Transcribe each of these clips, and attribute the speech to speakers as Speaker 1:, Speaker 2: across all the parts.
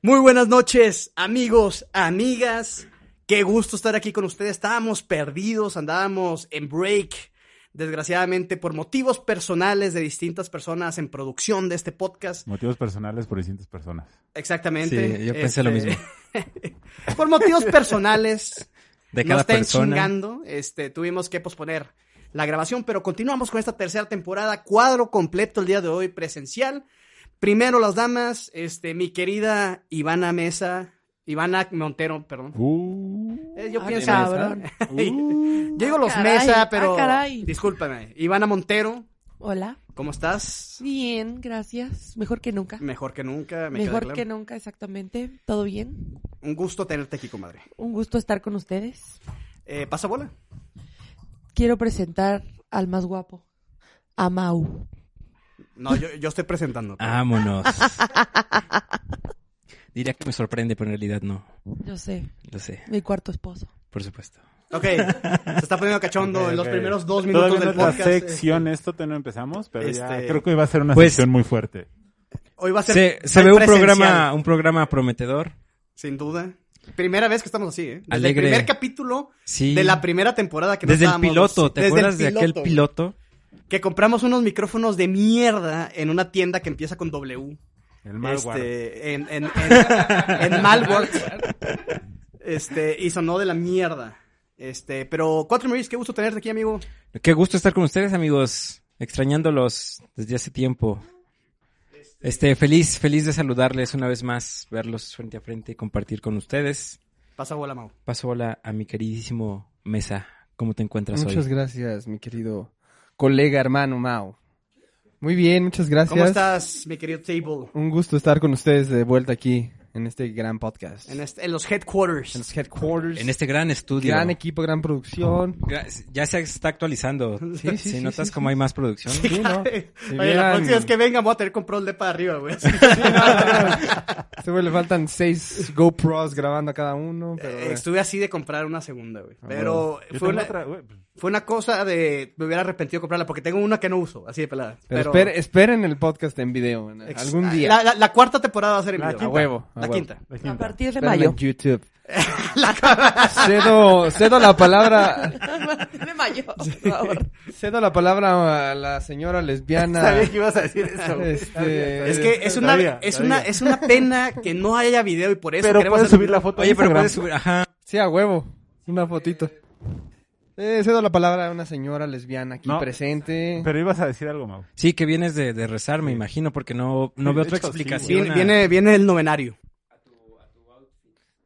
Speaker 1: Muy buenas noches, amigos, amigas. Qué gusto estar aquí con ustedes. Estábamos perdidos, andábamos en break. Desgraciadamente, por motivos personales de distintas personas en producción de este podcast.
Speaker 2: Motivos personales por distintas personas.
Speaker 1: Exactamente. Este,
Speaker 3: Sí, yo pensé lo mismo.
Speaker 1: por motivos personales.
Speaker 3: De cada
Speaker 1: nos estén
Speaker 3: persona.
Speaker 1: chingando. Este, tuvimos que posponer la grabación, pero continuamos con esta tercera temporada. Cuadro completo el día de hoy, presencial. Primero las damas, este, mi querida Ivana Mesa, Ivana Montero, perdón.
Speaker 2: Uh,
Speaker 1: Eh, yo
Speaker 3: Ah,
Speaker 1: pienso.
Speaker 3: cabrón.
Speaker 1: yo digo los
Speaker 4: caray,
Speaker 1: Mesa,
Speaker 4: Uh. ah,
Speaker 1: pero.
Speaker 4: caray.
Speaker 1: discúlpame. Ivana Montero,
Speaker 4: Hola.
Speaker 1: ¿cómo estás?
Speaker 4: Bien, gracias. Mejor que nunca.
Speaker 1: Mejor que nunca, me
Speaker 4: Mejor
Speaker 1: queda
Speaker 4: que
Speaker 1: claro.
Speaker 4: nunca, exactamente. ¿Todo bien?
Speaker 1: Un gusto tenerte aquí, comadre.
Speaker 4: Un gusto estar con ustedes.
Speaker 1: Eh, pasa bola.
Speaker 4: Quiero presentar al más guapo, a Mau.
Speaker 1: No, yo, yo estoy presentando.
Speaker 3: Ah. Vámonos. Diría que me sorprende, pero en realidad no.
Speaker 4: Yo sé,
Speaker 3: Lo sé,
Speaker 4: mi cuarto esposo.
Speaker 3: por supuesto.
Speaker 1: Ok, se está poniendo cachondo
Speaker 2: Ok,
Speaker 1: en los
Speaker 2: ok.
Speaker 1: primeros dos minutos
Speaker 2: todavía no
Speaker 1: del
Speaker 2: es la
Speaker 1: podcast. eh,
Speaker 2: sección, esto te no empezamos, pero ya
Speaker 1: Este-
Speaker 2: creo que hoy va a ser una
Speaker 3: Pues-
Speaker 2: sección muy fuerte.
Speaker 1: hoy va a ser.
Speaker 3: Se, se
Speaker 1: ser
Speaker 3: ve un
Speaker 1: presencial,
Speaker 3: programa, un programa prometedor.
Speaker 1: Sin duda. Primera vez que estamos así, ¿eh? Desde
Speaker 3: Alegre.
Speaker 1: el primer capítulo
Speaker 3: Sí.
Speaker 1: de la primera temporada que no
Speaker 3: Desde el
Speaker 1: estábamos-
Speaker 3: piloto, ¿te
Speaker 1: desde el
Speaker 3: acuerdas de aquel
Speaker 1: piloto?
Speaker 3: piloto?
Speaker 1: Que compramos unos micrófonos de mierda en una tienda que empieza con W.
Speaker 2: El malware.
Speaker 1: Este, en, en, en, en malware. Este, y sonó de la mierda. Este, pero Cuatro Maris, qué gusto tenerte aquí, amigo.
Speaker 3: Qué gusto estar con ustedes, amigos. Extrañándolos desde hace tiempo. Este, feliz, feliz de saludarles una vez más, verlos frente a frente y compartir con ustedes.
Speaker 1: Pasa bola, Mau.
Speaker 3: Paso hola a mi queridísimo Mesa. ¿Cómo te encuentras
Speaker 5: Muchas
Speaker 3: Pues hoy?
Speaker 5: gracias, mi querido colega, hermano Mao. Muy bien, muchas gracias.
Speaker 1: ¿Cómo estás, mi querido Table?
Speaker 5: Un gusto estar con ustedes de vuelta aquí en este gran podcast.
Speaker 1: En, este- en los headquarters.
Speaker 5: En los headquarters.
Speaker 3: En este gran estudio.
Speaker 5: gran equipo, gran producción.
Speaker 3: Gra- Ya se está actualizando.
Speaker 5: Sí, sí,
Speaker 3: si
Speaker 5: sí,
Speaker 3: notas
Speaker 5: sí,
Speaker 3: como hay más producción.
Speaker 5: Sí, ¿no? Si
Speaker 1: Oye, la
Speaker 5: vieran-
Speaker 1: próxima vez que venga voy a tener control de para arriba, güey. Así.
Speaker 5: Este güey le faltan seis GoPros grabando a cada uno. Pero,
Speaker 1: Eh, Estuve así de comprar una segunda, güey. Pero
Speaker 2: Yo
Speaker 1: fue
Speaker 2: tengo
Speaker 1: una,
Speaker 2: otra- güey, pues,
Speaker 1: fue una cosa de... Me hubiera arrepentido de comprarla porque tengo una que no uso, así de pelada.
Speaker 5: pero esperen, esperen el podcast en video. en-
Speaker 1: Ex-
Speaker 5: algún día.
Speaker 1: La, la- la cuarta temporada va a ser en
Speaker 2: La
Speaker 1: video.
Speaker 5: a huevo.
Speaker 1: La
Speaker 5: a huevo.
Speaker 1: quinta.
Speaker 2: la
Speaker 4: A
Speaker 2: quinta.
Speaker 4: partir de
Speaker 5: Espérenla en
Speaker 4: mayo.
Speaker 5: YouTube. cedo, cedo la palabra
Speaker 4: A partir de mayo, por favor.
Speaker 5: Cedo la palabra a la señora lesbiana.
Speaker 1: Sabía que ibas a decir eso. güey.
Speaker 5: Este,
Speaker 1: Es que es una,
Speaker 2: Sabía,
Speaker 1: es,
Speaker 2: sabía.
Speaker 1: una, es una pena que no haya video y por eso
Speaker 2: Pero
Speaker 1: queremos
Speaker 2: puedes
Speaker 1: hacer-
Speaker 2: subir la foto a
Speaker 3: Oye, pero
Speaker 2: Instagram.
Speaker 3: puedes subir. Ajá.
Speaker 5: Sí, a huevo. Una fotito. Eh, cedo la palabra a una señora lesbiana aquí
Speaker 2: No.
Speaker 5: presente.
Speaker 2: Pero ibas a decir algo, Mau.
Speaker 3: Sí, que vienes de, de rezar, me imagino, porque no, no
Speaker 2: Sí,
Speaker 3: veo
Speaker 2: de
Speaker 3: otra
Speaker 2: hecho, sí,
Speaker 3: explicación.
Speaker 1: Viene,
Speaker 3: a-
Speaker 1: viene, viene el novenario.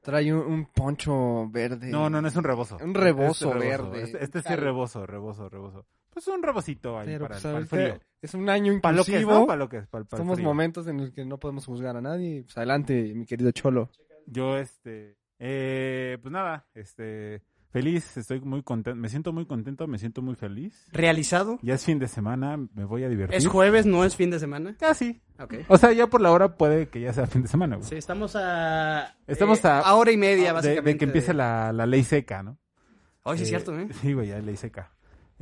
Speaker 5: Trae un, un poncho verde.
Speaker 2: No, no, no es un rebozo.
Speaker 5: Un rebozo
Speaker 2: Este
Speaker 5: verde.
Speaker 2: Este, este sí es rebozo, rebozo, rebozo. Pues un rebocito ahí
Speaker 5: Pero,
Speaker 2: para,
Speaker 5: pues,
Speaker 2: para el
Speaker 5: ahorita
Speaker 2: frío.
Speaker 5: Es un año
Speaker 2: Para lo que es, ¿no?
Speaker 5: inclusivo.
Speaker 2: Para lo que es, para- para el
Speaker 5: Somos
Speaker 2: frío.
Speaker 5: momentos en los que no podemos juzgar a nadie. Pues adelante, mi querido Cholo.
Speaker 2: Yo, este, eh, pues nada, este, feliz, estoy muy contento, me siento muy contento, me siento muy feliz.
Speaker 1: Realizado.
Speaker 2: Ya es fin de semana, me voy a divertir.
Speaker 1: Es jueves, no es fin de semana.
Speaker 2: Casi.
Speaker 1: Ok.
Speaker 2: O sea, ya por la hora puede que ya sea fin de semana, güey.
Speaker 1: Sí, estamos a...
Speaker 2: Estamos
Speaker 1: eh,
Speaker 2: a-
Speaker 1: hora y
Speaker 2: De-
Speaker 1: media,
Speaker 2: de,
Speaker 1: básicamente.
Speaker 2: que empiece la, la ley seca, ¿no?
Speaker 1: Hoy sí es
Speaker 2: Eh,
Speaker 1: cierto, ¿eh?
Speaker 2: Sí, güey, ya ley seca.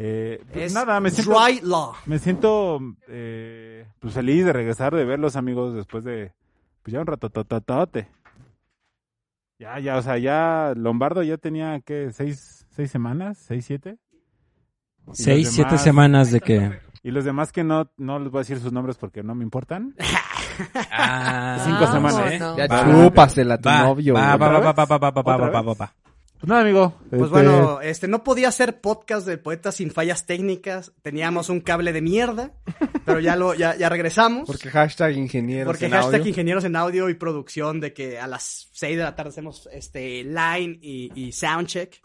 Speaker 2: Eh, pues
Speaker 1: Es
Speaker 2: nada, me siento...
Speaker 1: dry law.
Speaker 2: Me siento eh, pues feliz de regresar, de verlos amigos después de pues ya un ratototatote. Ya, ya, o sea, ya Lombardo ya tenía que seis, seis semanas, seis, siete. Y
Speaker 3: Seis,
Speaker 2: los
Speaker 3: siete
Speaker 2: demás-
Speaker 3: semanas de que.
Speaker 2: Y los demás que no, no les voy a decir sus nombres porque no me importan.
Speaker 3: Ah,
Speaker 2: Cinco semanas,
Speaker 3: ¿eh?
Speaker 5: Ya
Speaker 3: Va.
Speaker 5: chúpasela a tu
Speaker 3: Va,
Speaker 5: novio.
Speaker 3: va,
Speaker 5: güey.
Speaker 3: va, va,
Speaker 2: ¿Otra
Speaker 3: va, va, va, va, va,
Speaker 2: ¿Otra
Speaker 3: va,
Speaker 2: vez?
Speaker 3: va, va.
Speaker 2: Pues nada, amigo.
Speaker 1: Pues
Speaker 2: este,
Speaker 1: bueno, este no podía ser podcast del poeta sin fallas técnicas. Teníamos un cable de mierda, pero ya lo ya, ya regresamos.
Speaker 5: Porque hashtag ingeniero.
Speaker 1: Porque hashtag ingenieros en audio y producción de que a las 6 de la tarde hacemos este line y, y soundcheck.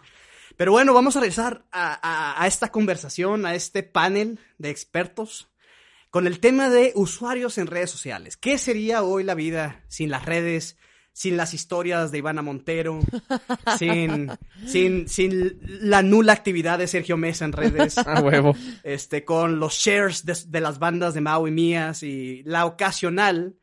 Speaker 1: Pero bueno, vamos a regresar a, a- a esta conversación, a este panel de expertos con el tema de usuarios en redes sociales. ¿Qué sería hoy la vida sin las redes, sin las historias de Ivana Montero, sin, sin, sin la nula actividad de Sergio Mesa en redes,
Speaker 5: A Ah, huevo.
Speaker 1: este, con los shares de, de las bandas de Mau y Mías y la ocasional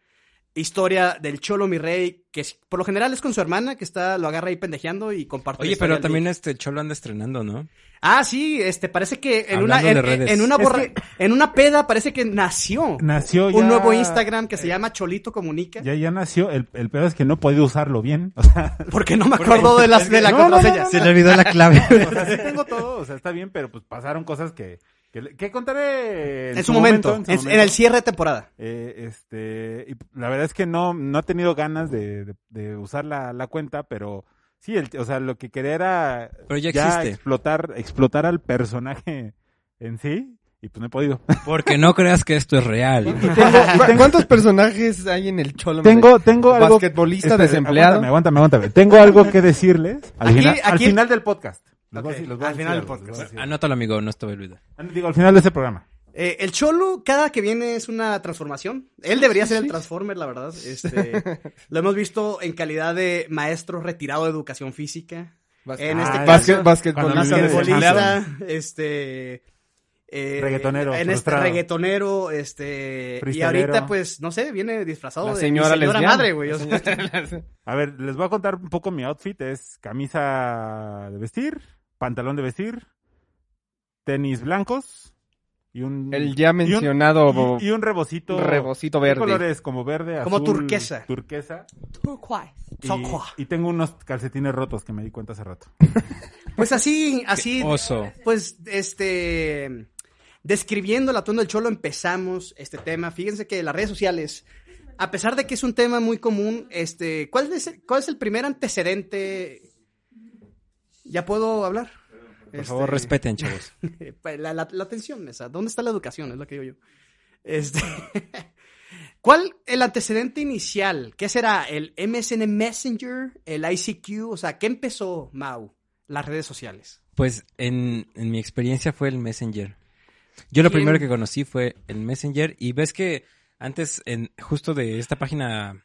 Speaker 1: historia del Cholo Mi Rey, que es- por lo general es con su hermana, que está, lo agarra ahí pendejeando y comparte. la
Speaker 3: Oye,
Speaker 1: historia
Speaker 3: pero
Speaker 1: del
Speaker 3: también este Cholo anda estrenando, ¿no?
Speaker 1: Ah, sí, este, parece que en
Speaker 3: Hablando
Speaker 1: una,
Speaker 3: de
Speaker 1: en,
Speaker 3: redes.
Speaker 1: en una
Speaker 2: Es
Speaker 1: borra-
Speaker 2: que-
Speaker 1: en una peda parece que nació
Speaker 2: Nació ya. eh,
Speaker 1: un nuevo Instagram que se llama Cholito Comunica.
Speaker 2: Ya, ya nació. El, el pedo es que no puede usarlo bien. O sea,
Speaker 1: Porque no me acuerdo de las de la
Speaker 2: No, no, no,
Speaker 1: contraseña.
Speaker 2: no,
Speaker 1: Sí,
Speaker 2: no.
Speaker 1: le-
Speaker 5: olvidó la clave.
Speaker 2: o sea, sí tengo todo. O sea, está bien, pero pues pasaron cosas que. Que, le- que contaré
Speaker 1: En, su momento, en, en el
Speaker 2: momento.
Speaker 1: cierre de temporada.
Speaker 2: Eh, este, y la verdad es que no, no he tenido ganas de, de- de usar la, la cuenta, pero sí, el- o sea, lo que quería era
Speaker 3: Pero ya existe.
Speaker 2: explotar, explotar al personaje en sí, y pues no he podido.
Speaker 3: Porque no creas que esto es real.
Speaker 5: ¿Cuántos personajes hay en el Cholo?
Speaker 2: tengo, tengo algo.
Speaker 5: Basquetbolista
Speaker 2: Espera,
Speaker 5: desempleado.
Speaker 2: Aguántame, aguántame, aguántame. Tengo algo que decirles al,
Speaker 1: Aquí-
Speaker 2: final, al
Speaker 1: aquí-
Speaker 2: final del podcast. Los
Speaker 1: Ok,
Speaker 2: voy a decir- los voy a
Speaker 1: al
Speaker 2: decir
Speaker 1: final del
Speaker 2: algo, los voy a
Speaker 1: podcast.
Speaker 2: decir.
Speaker 3: Anótalo, amigo, no te voy a olvidar.
Speaker 2: Ah, no, Digo, al final de este programa.
Speaker 1: Eh, el Cholo, cada que viene es una transformación. Él debería ser el Transformer, la verdad. Este, lo hemos visto en calidad de maestro retirado de educación física. En este
Speaker 2: Ah,
Speaker 1: caso,
Speaker 2: basque-
Speaker 5: basquetbolista
Speaker 2: cuando
Speaker 5: de-
Speaker 2: Luis Miguel
Speaker 1: basquetbolista,
Speaker 2: Champions.
Speaker 1: este eh,
Speaker 2: Reggaetonero,
Speaker 1: en este
Speaker 2: frustrado.
Speaker 1: reggaetonero, este y
Speaker 2: Freestylero.
Speaker 1: ahorita pues no sé, viene disfrazado
Speaker 5: La
Speaker 1: de
Speaker 5: señora
Speaker 1: mi señora
Speaker 5: lesbiana.
Speaker 1: madre, güey. o sea,
Speaker 2: A ver, les voy a contar un poco mi outfit. Es camisa de vestir, pantalón de vestir, tenis blancos y un...
Speaker 5: El ya
Speaker 2: y un-
Speaker 5: mencionado
Speaker 2: Y, y un rebocito...
Speaker 5: rebocito
Speaker 2: ¿Qué
Speaker 5: verde.
Speaker 2: colores? Como verde,
Speaker 1: Como
Speaker 2: azul,
Speaker 1: turquesa.
Speaker 2: Turquesa.
Speaker 4: Turquoise.
Speaker 2: Y,
Speaker 1: Socoa.
Speaker 2: y tengo unos calcetines rotos que me di cuenta hace rato.
Speaker 1: pues así, así
Speaker 3: Oso.
Speaker 1: pues este describiendo la tunda del cholo empezamos este tema. Fíjense que las redes sociales a pesar de que es un tema muy común, este, ¿cuál es el, cuál es el primer antecedente? Ya puedo hablar.
Speaker 3: Por favor,
Speaker 1: Este,
Speaker 3: respeten, chavos.
Speaker 1: Eh, pa- La, la- la atención, Mesa. ¿Dónde está la educación? Es lo que digo yo. Este, ¿Cuál el antecedente inicial? ¿Qué será? ¿El MSN Messenger? ¿El ICQ? O sea, ¿qué empezó, Mau? Las redes sociales.
Speaker 3: Pues en, en mi experiencia fue el Messenger. Yo lo
Speaker 1: ¿Quién?
Speaker 3: primero que conocí fue el Messenger y ves que antes en justo de esta página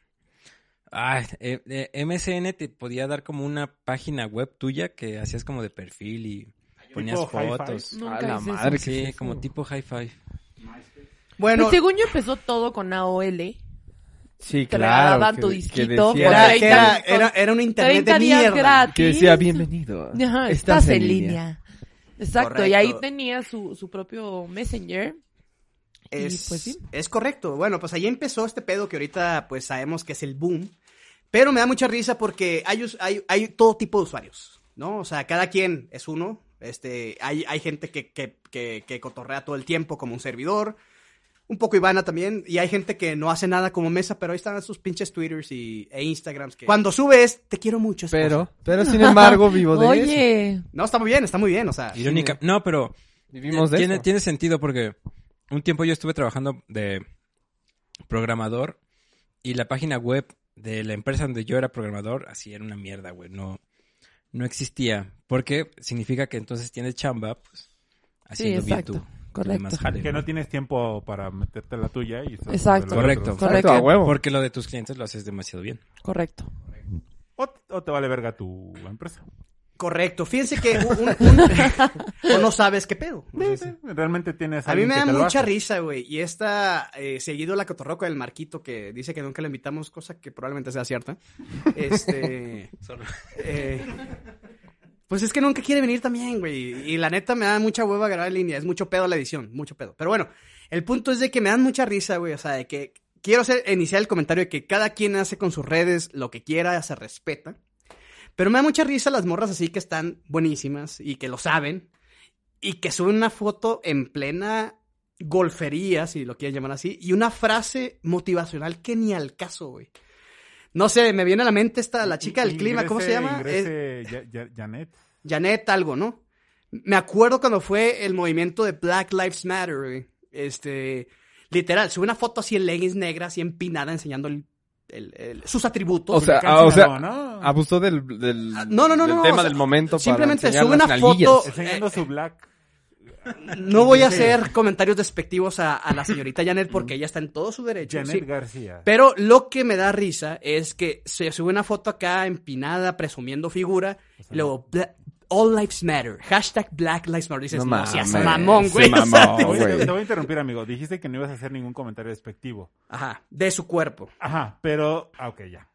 Speaker 3: ah, eh, eh, MSN te podía dar como una página web tuya que hacías como de perfil y ponías
Speaker 2: Tipo hi-fi.
Speaker 3: fotos.
Speaker 4: Nunca
Speaker 5: A la
Speaker 4: hice eso.
Speaker 5: madre. ¿qué
Speaker 3: Sí,
Speaker 5: es eso?
Speaker 3: como tipo hi-fi.
Speaker 1: Bueno,
Speaker 4: Pues según yo empezó todo con AOL.
Speaker 5: Sí,
Speaker 4: Te regalaban tu disquito
Speaker 5: decía-
Speaker 4: por
Speaker 1: era,
Speaker 4: treinta
Speaker 1: era,
Speaker 4: minutos.
Speaker 1: era, era un internet
Speaker 4: 30
Speaker 1: de
Speaker 4: días
Speaker 1: mierda.
Speaker 4: gratis.
Speaker 5: que decía bienvenido.
Speaker 4: Ajá, estás, en, línea. Exacto, y ahí
Speaker 1: Correcto.
Speaker 4: tenía su, su propio Messenger. Y,
Speaker 1: Es,
Speaker 4: pues, sí.
Speaker 1: es correcto. Bueno, pues ahí empezó este pedo que ahorita pues sabemos que es el boom. Pero me da mucha risa porque hay, us- hay, hay todo tipo de usuarios, ¿no? O sea, cada quien es uno. Este, hay, hay gente que, que, que, que cotorrea todo el tiempo como un servidor. Un poco Ivana también. Y hay gente que no hace nada como mesa, pero ahí están sus pinches Twitters y, e Instagrams. Que... Cuando subes, te quiero mucho. esposa".
Speaker 5: Pero, pero sin embargo, vivo de eso.
Speaker 4: Oye,
Speaker 1: No, está muy bien, está muy bien. O sea,
Speaker 3: Irónica. No, pero
Speaker 5: Vivimos de
Speaker 3: tiene,
Speaker 5: eso.
Speaker 3: tiene sentido porque un tiempo yo estuve trabajando de programador y la página web de la empresa donde yo era programador, así era una mierda, güey. No, no existía. Porque significa que entonces tienes chamba, pues, haciendo bien
Speaker 4: exacto,
Speaker 3: tu- tu
Speaker 4: correcto.
Speaker 3: demás jale,
Speaker 2: que
Speaker 3: ¿no?
Speaker 2: no tienes tiempo para meterte la tuya. Y estás
Speaker 4: Exacto.
Speaker 2: haciendo la de
Speaker 3: Correcto.
Speaker 2: otros.
Speaker 4: pues Correcto.
Speaker 5: Exacto, ah, a huevo.
Speaker 3: Porque lo de tus clientes lo haces demasiado bien.
Speaker 4: correcto.
Speaker 2: O, o te vale verga tu empresa.
Speaker 1: correcto. Fíjense que un- un- o no sabes qué pedo. O sea,
Speaker 2: Realmente tienes
Speaker 1: A mí
Speaker 2: alguien
Speaker 1: me
Speaker 2: que
Speaker 1: da
Speaker 2: te lo
Speaker 1: mucha
Speaker 2: hace.
Speaker 1: risa, güey. Y esta, eh, seguido la cotorroca del Marquito, que dice que nunca le invitamos, cosa que probablemente sea cierta. Este. eh, pues es que nunca quiere venir también, güey. Y la neta me da mucha hueva grabar en línea. Es mucho pedo la edición, mucho pedo. Pero bueno, el punto es de que me dan mucha risa, güey. O sea, de que quiero hacer, iniciar el comentario de que cada quien hace con sus redes lo que quiera, se respeta. Pero me da mucha risa las morras así que están buenísimas y que lo saben y que suben una foto en plena golfería, si lo quieren llamar así, y una frase motivacional que ni al caso, güey. No sé, me viene a la mente esta, la chica del clima, ¿cómo se
Speaker 2: Ingrese-
Speaker 1: llama? Es-
Speaker 2: ingrese Ya- Ya- Janet.
Speaker 1: Janet algo, ¿no? Me acuerdo cuando fue el movimiento de Black Lives Matter, güey. Este, literal, sube una foto así en leggings negras, así empinada, enseñando el- el- el- sus atributos.
Speaker 5: O sea,
Speaker 2: Cáncer,
Speaker 5: ah, o sea,
Speaker 2: no, ¿no?
Speaker 5: abusó del, del,
Speaker 1: Ah, no, no, no,
Speaker 5: del
Speaker 1: no,
Speaker 5: tema
Speaker 1: o sea,
Speaker 5: del momento. para
Speaker 1: simplemente
Speaker 5: enseñar
Speaker 1: sube
Speaker 5: las
Speaker 1: una foto- eh,
Speaker 5: nalguillas.
Speaker 2: Enseñando su black.
Speaker 1: No voy a hacer comentarios despectivos a, a la señorita Janet porque ella está en todo su derecho.
Speaker 2: Mm. Janet
Speaker 1: sí.
Speaker 2: García.
Speaker 1: Pero lo que me da risa es que se sube una foto acá empinada, presumiendo figura,
Speaker 2: Pues
Speaker 1: y luego bla- All Lives Matter, hashtag Black Lives Matter. Dices, no, seas
Speaker 3: mames,
Speaker 1: mamón,
Speaker 3: se
Speaker 1: güey. O sea,
Speaker 3: mamó,
Speaker 2: Te
Speaker 1: dices-
Speaker 2: voy,
Speaker 3: güey.
Speaker 2: te voy a interrumpir, amigo. Dijiste que no ibas a hacer ningún comentario despectivo.
Speaker 1: Ajá, de su cuerpo.
Speaker 2: Ajá, pero... Ah, ok, ya.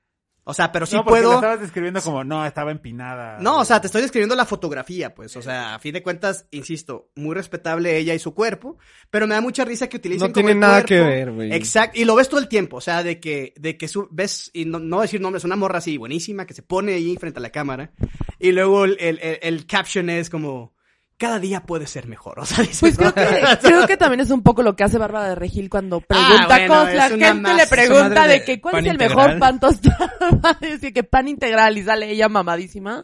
Speaker 1: O sea, pero sí
Speaker 2: no, porque la
Speaker 1: puedo.
Speaker 2: estabas describiendo como, no, estaba empinada.
Speaker 1: No, o sea, te estoy describiendo la fotografía, pues. O sea, a fin de cuentas, insisto, muy respetable ella y su cuerpo, pero me da mucha risa que utilicen
Speaker 5: No
Speaker 1: como
Speaker 5: tiene
Speaker 1: el
Speaker 5: nada
Speaker 1: cuerpo-
Speaker 5: que ver, güey.
Speaker 1: Exacto, y lo ves todo el tiempo, o sea, de que, de que su- ves, y no, no decir nombres, una morra así buenísima que se pone ahí frente a la cámara, y luego el, el- el- el caption es como, cada día puede ser mejor, o sea, dices,
Speaker 4: Pues creo que,
Speaker 1: "No".
Speaker 4: creo que también es un poco lo que hace Bárbara de Regil cuando pregunta
Speaker 1: bueno,
Speaker 4: cosas. La
Speaker 1: es una
Speaker 4: gente
Speaker 1: masa,
Speaker 4: le
Speaker 1: su
Speaker 4: pregunta
Speaker 3: madre
Speaker 4: de
Speaker 3: de
Speaker 4: que cuál
Speaker 3: pan
Speaker 4: es el
Speaker 3: integral.
Speaker 4: mejor pan tostado. Dice que pan integral y sale ella mamadísima.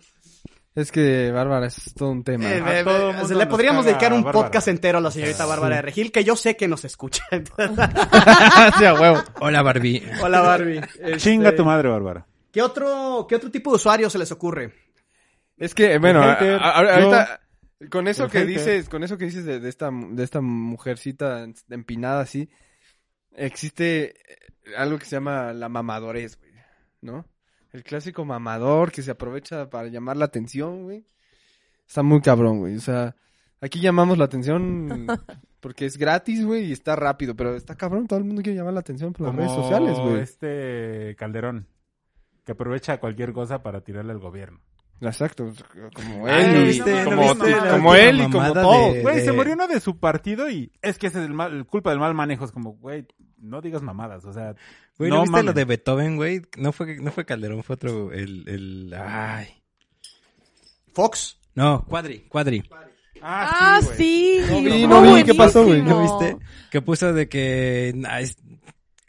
Speaker 5: Es que Bárbara es todo un tema.
Speaker 1: Eh,
Speaker 2: A
Speaker 1: ve- ve-
Speaker 2: todo
Speaker 1: o sea,
Speaker 2: mundo
Speaker 1: le
Speaker 2: nos
Speaker 1: podríamos
Speaker 2: caga
Speaker 1: dedicar un
Speaker 2: Bárbara.
Speaker 1: podcast entero a la señorita Bárbara de Regil, que yo sé que nos escucha.
Speaker 5: Sí, a huevo.
Speaker 3: Hola, Barbie.
Speaker 1: Hola Barbie.
Speaker 2: Chinga
Speaker 1: Este,
Speaker 2: tu madre, Bárbara.
Speaker 1: ¿Qué otro, ¿Qué otro tipo de usuario se les ocurre?
Speaker 5: Es que, bueno,
Speaker 2: El
Speaker 5: a-
Speaker 2: hater,
Speaker 5: a- a- ahorita con eso
Speaker 2: El
Speaker 5: que
Speaker 2: hater.
Speaker 5: dices, con eso que dices de, de esta de esta mujercita empinada así, existe eh, algo que se llama la mamadorez, güey, ¿no? El clásico mamador que se aprovecha para llamar la atención, güey. Está muy cabrón, güey. O sea, aquí llamamos la atención porque es gratis, güey, y está rápido, pero está cabrón, todo el mundo quiere llamar la atención por las
Speaker 2: Como
Speaker 5: redes sociales, güey.
Speaker 2: este Calderón, que aprovecha cualquier cosa para tirarle al gobierno.
Speaker 5: Exacto, como
Speaker 3: Ah,
Speaker 5: él,
Speaker 3: ¿no
Speaker 5: y-
Speaker 3: viste? ¿no
Speaker 5: como,
Speaker 3: viste la
Speaker 5: como
Speaker 3: última
Speaker 5: él y como
Speaker 3: mamada
Speaker 5: todos,
Speaker 3: de-
Speaker 5: güey.
Speaker 2: Güey, se murió uno de su partido y es que ese es el mal, el culpa del mal manejo. Es como, güey, no digas mamadas, o sea...
Speaker 3: Güey,
Speaker 2: no
Speaker 3: ¿no, viste
Speaker 2: mames.
Speaker 3: lo de Beethoven, güey? No fue, no fue Calderón, fue otro, el, el, ay.
Speaker 1: Fox.
Speaker 3: No, Cuadri, Cuadri.
Speaker 4: Ah, sí.
Speaker 5: No vi,
Speaker 4: estuvo
Speaker 5: no vi, ¿qué pasó, güey?
Speaker 4: buenísimo.
Speaker 3: ¿No viste? Que puso de que, ah, es-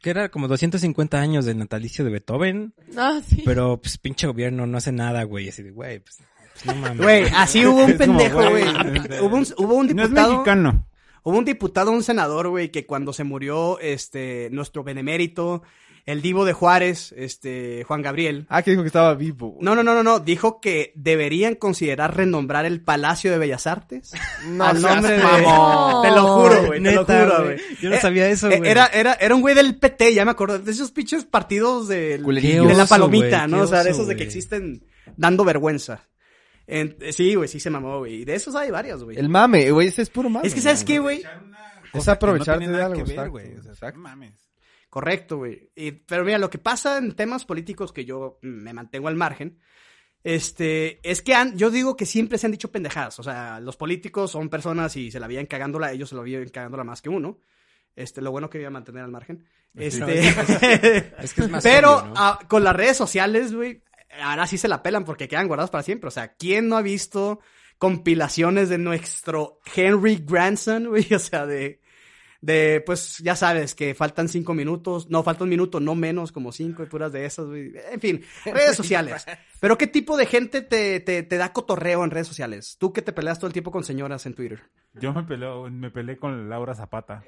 Speaker 3: que era como 250 años del natalicio de Beethoven,
Speaker 4: Ah, sí.
Speaker 3: pero pues pinche gobierno no hace nada, güey. Así de, güey, pues, pues, no mames.
Speaker 1: Güey, así hubo un
Speaker 2: Es como,
Speaker 1: pendejo, güey.
Speaker 2: güey,
Speaker 1: Hubo un, hubo un
Speaker 2: No es
Speaker 1: diputado,
Speaker 2: mexicano.
Speaker 1: hubo un diputado, un senador, güey, que cuando se murió, este, nuestro benemérito, el divo de Juárez, este, Juan Gabriel.
Speaker 5: Ah, que dijo que estaba vivo. güey.
Speaker 1: No, no, no, no, no. Dijo que deberían considerar renombrar el Palacio de Bellas Artes
Speaker 5: No
Speaker 1: al
Speaker 5: seas
Speaker 1: nombre de.
Speaker 4: mamón.
Speaker 1: Te lo juro, güey. Te lo
Speaker 3: Neta,
Speaker 1: juro,
Speaker 3: güey.
Speaker 1: güey.
Speaker 3: Yo no
Speaker 1: Eh,
Speaker 3: sabía eso,
Speaker 1: eh,
Speaker 3: güey.
Speaker 1: Era, era, era un güey del PT, ya me acuerdo. De esos pinches partidos del- de,
Speaker 3: Culerillos. Qué
Speaker 1: la
Speaker 3: oso,
Speaker 1: palomita,
Speaker 3: güey,
Speaker 1: ¿no?
Speaker 3: qué
Speaker 1: O sea, de
Speaker 3: oso,
Speaker 1: esos de que
Speaker 3: güey.
Speaker 1: existen dando vergüenza. En- eh, sí, güey, sí se mamó, güey. Y de esos hay varios, güey.
Speaker 5: El mame, güey, ese es puro mame.
Speaker 1: Es que, ¿sabes qué, güey?
Speaker 5: Es aprovecharte
Speaker 2: tiene
Speaker 5: de
Speaker 2: nada
Speaker 5: algo,
Speaker 2: que ver,
Speaker 5: exacto,
Speaker 2: güey. O sea,
Speaker 5: exacto.
Speaker 2: no mames.
Speaker 1: Correcto, güey. Y- Pero mira, lo que pasa en temas políticos que yo mm, me mantengo al margen, este, es que han- yo digo que siempre se han dicho pendejadas. O sea, los políticos son personas y se la habían cagándola, ellos se la habían cagándola más que uno. Este, lo bueno que voy a mantener al margen. Este,
Speaker 3: Es que es más
Speaker 1: pero
Speaker 3: obvio, ¿no?
Speaker 1: ah, con las redes sociales, güey, ahora sí se la pelan porque quedan guardados para siempre. O sea, ¿quién no ha visto compilaciones de nuestro Henry Grandson, güey? O sea, de, de, pues, ya sabes, que faltan cinco minutos, no, falta un minuto, no menos, como cinco y puras de esas, güey. En fin, redes sociales. Pero, ¿qué tipo de gente te, te, te da cotorreo en redes sociales? Tú que te peleas todo el tiempo con señoras en Twitter.
Speaker 2: Yo me peleé, me peleé con Laura Zapata.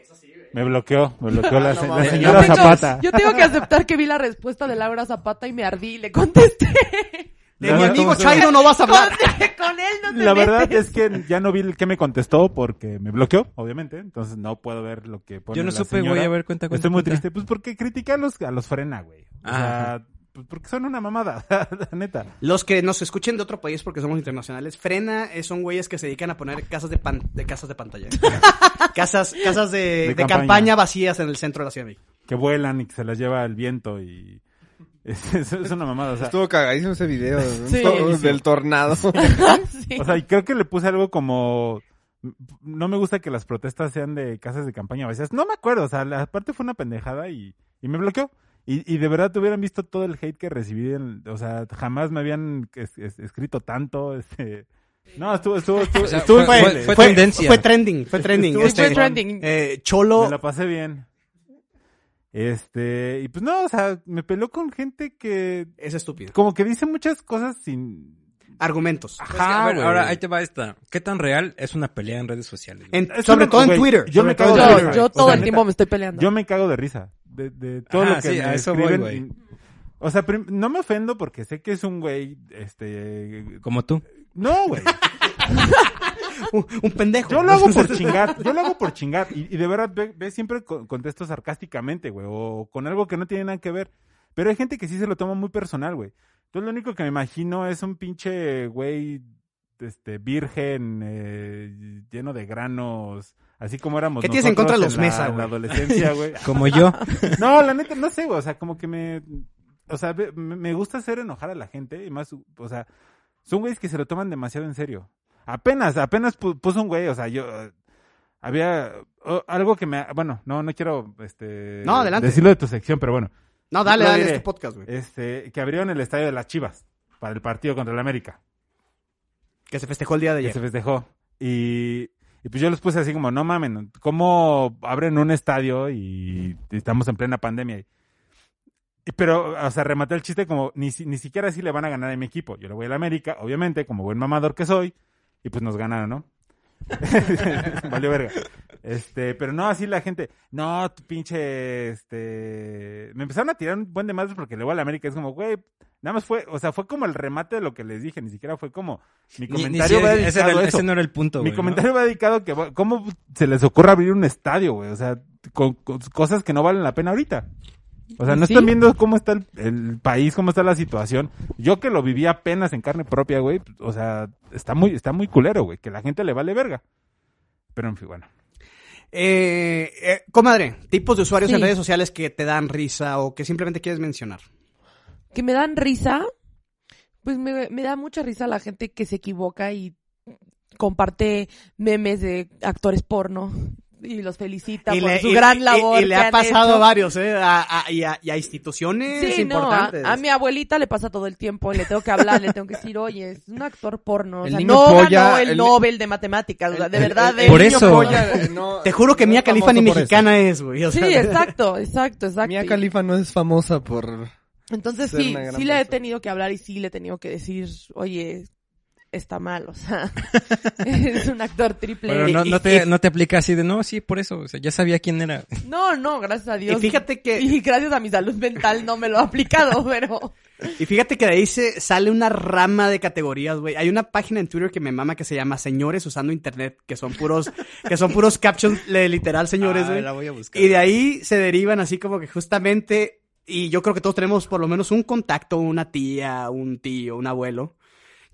Speaker 2: Me bloqueó, me bloqueó la, se- la
Speaker 5: mames.
Speaker 4: Yo
Speaker 2: señora
Speaker 4: tengo,
Speaker 2: Zapata.
Speaker 4: yo tengo que aceptar que vi la respuesta de Laura Zapata y me ardí y le contesté.
Speaker 1: De
Speaker 2: Laura,
Speaker 1: mi amigo
Speaker 2: ¿cómo se llama?
Speaker 1: Chairo no vas a hablar.
Speaker 4: Con, con él no te
Speaker 2: La verdad
Speaker 4: metes.
Speaker 2: es que ya no vi el que me contestó porque me bloqueó, obviamente. Entonces no puedo ver lo que pone
Speaker 3: Yo no
Speaker 2: la
Speaker 3: supe,
Speaker 2: señora.
Speaker 3: güey, a ver, cuenta, cuenta.
Speaker 2: Estoy muy
Speaker 3: cuenta. Ah,
Speaker 2: triste. Pues porque critica a los, a los frena, güey. O sea, pues porque son una mamada, la neta.
Speaker 1: Los que nos escuchen de otro país porque somos internacionales, Frena eh, son güeyes que se dedican a poner casas de pan- de casas de pantalla. casas casas de, de campaña.
Speaker 2: campaña.
Speaker 1: vacías en el centro de la ciudad de México.
Speaker 2: Que vuelan y que se las lleva el viento y... Es, es- es una mamada, o sea...
Speaker 5: Estuvo cagadísimo ese video ¿no?
Speaker 4: Sí.
Speaker 5: Todo del tornado.
Speaker 4: Sí.
Speaker 2: O sea, y creo que le puse algo como... No me gusta que las protestas sean de casas de campaña vacías. No me acuerdo, o sea, la parte fue una pendejada y, y me bloqueó. Y, y de verdad te hubieran visto todo el hate que recibí. en- o sea, jamás me habían es- es- escrito tanto. Este... No, estuvo, estuvo, estuvo,
Speaker 3: O sea,
Speaker 2: estuvo
Speaker 3: fue-
Speaker 2: increíble.
Speaker 3: fue tendencia.
Speaker 1: Fue trending, fue trending.
Speaker 2: Estuvo
Speaker 1: Este,
Speaker 4: Fue trending.
Speaker 1: eh,
Speaker 2: Me
Speaker 1: Cholo,
Speaker 2: la pasé bien. Este, y pues no, o sea, me peló con gente que
Speaker 1: es estúpido.
Speaker 2: como que dice muchas cosas sin...
Speaker 1: Argumentos.
Speaker 2: Ah,
Speaker 3: Es que, a ver,
Speaker 2: güey.
Speaker 3: ahora ahí te va esta. ¿Qué tan real es una pelea en redes sociales? güey?
Speaker 1: En-
Speaker 2: Es
Speaker 1: sobre
Speaker 2: una-
Speaker 1: todo en
Speaker 2: güey,
Speaker 1: Twitter.
Speaker 2: yo
Speaker 1: sobre
Speaker 2: me
Speaker 1: todo en
Speaker 2: cago de
Speaker 1: Twitter,
Speaker 4: yo,
Speaker 2: risa,
Speaker 1: güey.
Speaker 4: yo
Speaker 2: O
Speaker 4: todo
Speaker 2: sea,
Speaker 4: el
Speaker 2: neta,
Speaker 4: tiempo me estoy peleando.
Speaker 2: Yo me cago de risa de, de todo
Speaker 3: Ajá,
Speaker 2: lo que
Speaker 3: sí,
Speaker 2: me
Speaker 3: a eso voy,
Speaker 2: escriben.
Speaker 3: güey.
Speaker 2: O sea, prim- no me ofendo porque sé que es un güey, este...
Speaker 3: Como tú.
Speaker 2: No, güey.
Speaker 1: un, un pendejo.
Speaker 2: Yo lo hago por chingar, yo lo hago por chingar. Y, y de verdad, ve, ve siempre co- contesto sarcásticamente, güey, o con algo que no tiene nada que ver. Pero hay gente que sí se lo toma muy personal, güey. Entonces lo único que me imagino es un pinche güey, este, virgen, eh, lleno de granos, así como éramos
Speaker 1: ¿Qué tienes en contra de
Speaker 2: nosotros
Speaker 1: los Mesa,
Speaker 2: la, en la
Speaker 1: güey?
Speaker 2: adolescencia, güey.
Speaker 3: Como yo.
Speaker 2: No, la neta, no sé, güey. O sea, como que me. O sea, ve- me me gusta hacer enojar a la gente. Y más, o sea, son güeyes que se lo toman demasiado en serio. Apenas, apenas pu- puso un güey. O sea, yo. eh, Había oh, algo que me. Bueno, no, no quiero. Este,
Speaker 1: No, adelante.
Speaker 2: Decirlo de tu sección, pero bueno.
Speaker 1: No, dale,
Speaker 2: Lo
Speaker 1: dale
Speaker 2: diré.
Speaker 1: este podcast, güey.
Speaker 2: Este, que abrieron el estadio de las Chivas para el partido contra el América.
Speaker 1: Que se festejó el día de
Speaker 2: que
Speaker 1: ayer.
Speaker 2: se festejó. Y, y pues yo les puse así como, no mamen, ¿cómo abren un estadio y estamos en plena pandemia? Y- y- pero, o sea, rematé el chiste como, ni, si- ni siquiera así le van a ganar a mi equipo. Yo le voy a la América, obviamente, como buen mamador que soy, y pues nos ganaron, ¿no? Valió verga. Este, pero no, así la gente, no, tu pinche, este, me empezaron a tirar un buen de madres porque le voy a la América, es como, güey, nada más fue, o sea, fue como el remate de lo que les dije, ni siquiera fue como, mi
Speaker 3: Ni- ni
Speaker 2: comentario
Speaker 3: si-
Speaker 2: va
Speaker 3: ese, era
Speaker 2: dedicado
Speaker 3: el-
Speaker 2: a eso.
Speaker 3: ese no era el punto,
Speaker 2: Mi
Speaker 3: güey, ¿no?
Speaker 2: comentario va dedicado que, va- ¿cómo se les ocurre abrir un estadio, güey? O sea, con, con cosas que no valen la pena ahorita. O sea, no
Speaker 4: Sí.
Speaker 2: están viendo cómo está el, el país, cómo está la situación. Yo que lo viví apenas en carne propia, güey. O sea, está muy, está muy culero, güey. Que la gente le vale verga. Pero en fin, bueno.
Speaker 1: Eh, eh, comadre, tipos de usuarios
Speaker 4: Sí.
Speaker 1: en redes sociales que te dan risa o que simplemente quieres mencionar.
Speaker 4: que me dan risa, pues me, me da mucha risa la gente que se equivoca y comparte memes de actores porno y los felicita por su gran labor.
Speaker 1: y- y le
Speaker 4: que
Speaker 1: ha
Speaker 4: han
Speaker 1: pasado
Speaker 4: hecho.
Speaker 1: a varios, ¿eh? A, a- y, a, y a instituciones
Speaker 4: Sí, no, a,
Speaker 1: importantes.
Speaker 4: a mi abuelita le pasa todo el tiempo, le tengo que hablar, le tengo que decir, oye, es un actor porno, o
Speaker 5: El
Speaker 4: sea,
Speaker 5: niño
Speaker 4: no
Speaker 5: polla,
Speaker 4: ganó el,
Speaker 5: el ni-
Speaker 4: Nobel de matemáticas, o sea, de verdad. eh,
Speaker 5: el
Speaker 4: él-
Speaker 3: Por
Speaker 5: niño
Speaker 3: eso.
Speaker 5: polla, eh, no-
Speaker 1: Te juro que
Speaker 5: no
Speaker 1: Mía
Speaker 5: es
Speaker 1: Califa
Speaker 5: famoso
Speaker 1: ni
Speaker 5: por
Speaker 1: mexicana es, güey. o
Speaker 4: Sí,
Speaker 1: sea,
Speaker 4: exacto, exacto,
Speaker 5: eso.
Speaker 4: exacto.
Speaker 5: Mía Califa no es famosa por...
Speaker 4: Entonces
Speaker 5: ser
Speaker 4: sí,
Speaker 5: una gran
Speaker 4: sí le he
Speaker 5: persona.
Speaker 4: tenido que hablar y sí le he tenido que decir, oye, está mal, o sea, es un actor triple.
Speaker 3: Pero no, no, te, no te aplica así de, no, sí, por eso. O sea, ya sabía quién era.
Speaker 4: No, no, gracias a
Speaker 1: Y
Speaker 4: Dios.
Speaker 1: fíjate que,
Speaker 4: Y gracias a mi salud mental no me lo ha aplicado, pero...
Speaker 1: y fíjate que de ahí se sale una rama de categorías, güey. Hay una página en Twitter que me mama que se llama Señores usando Internet, que son puros, que son puros captions le- literal, señores, güey.
Speaker 3: Ah, voy a buscar.
Speaker 1: Y de ahí se derivan así como que justamente, y yo creo que todos tenemos por lo menos un contacto, una tía, un tío, un abuelo,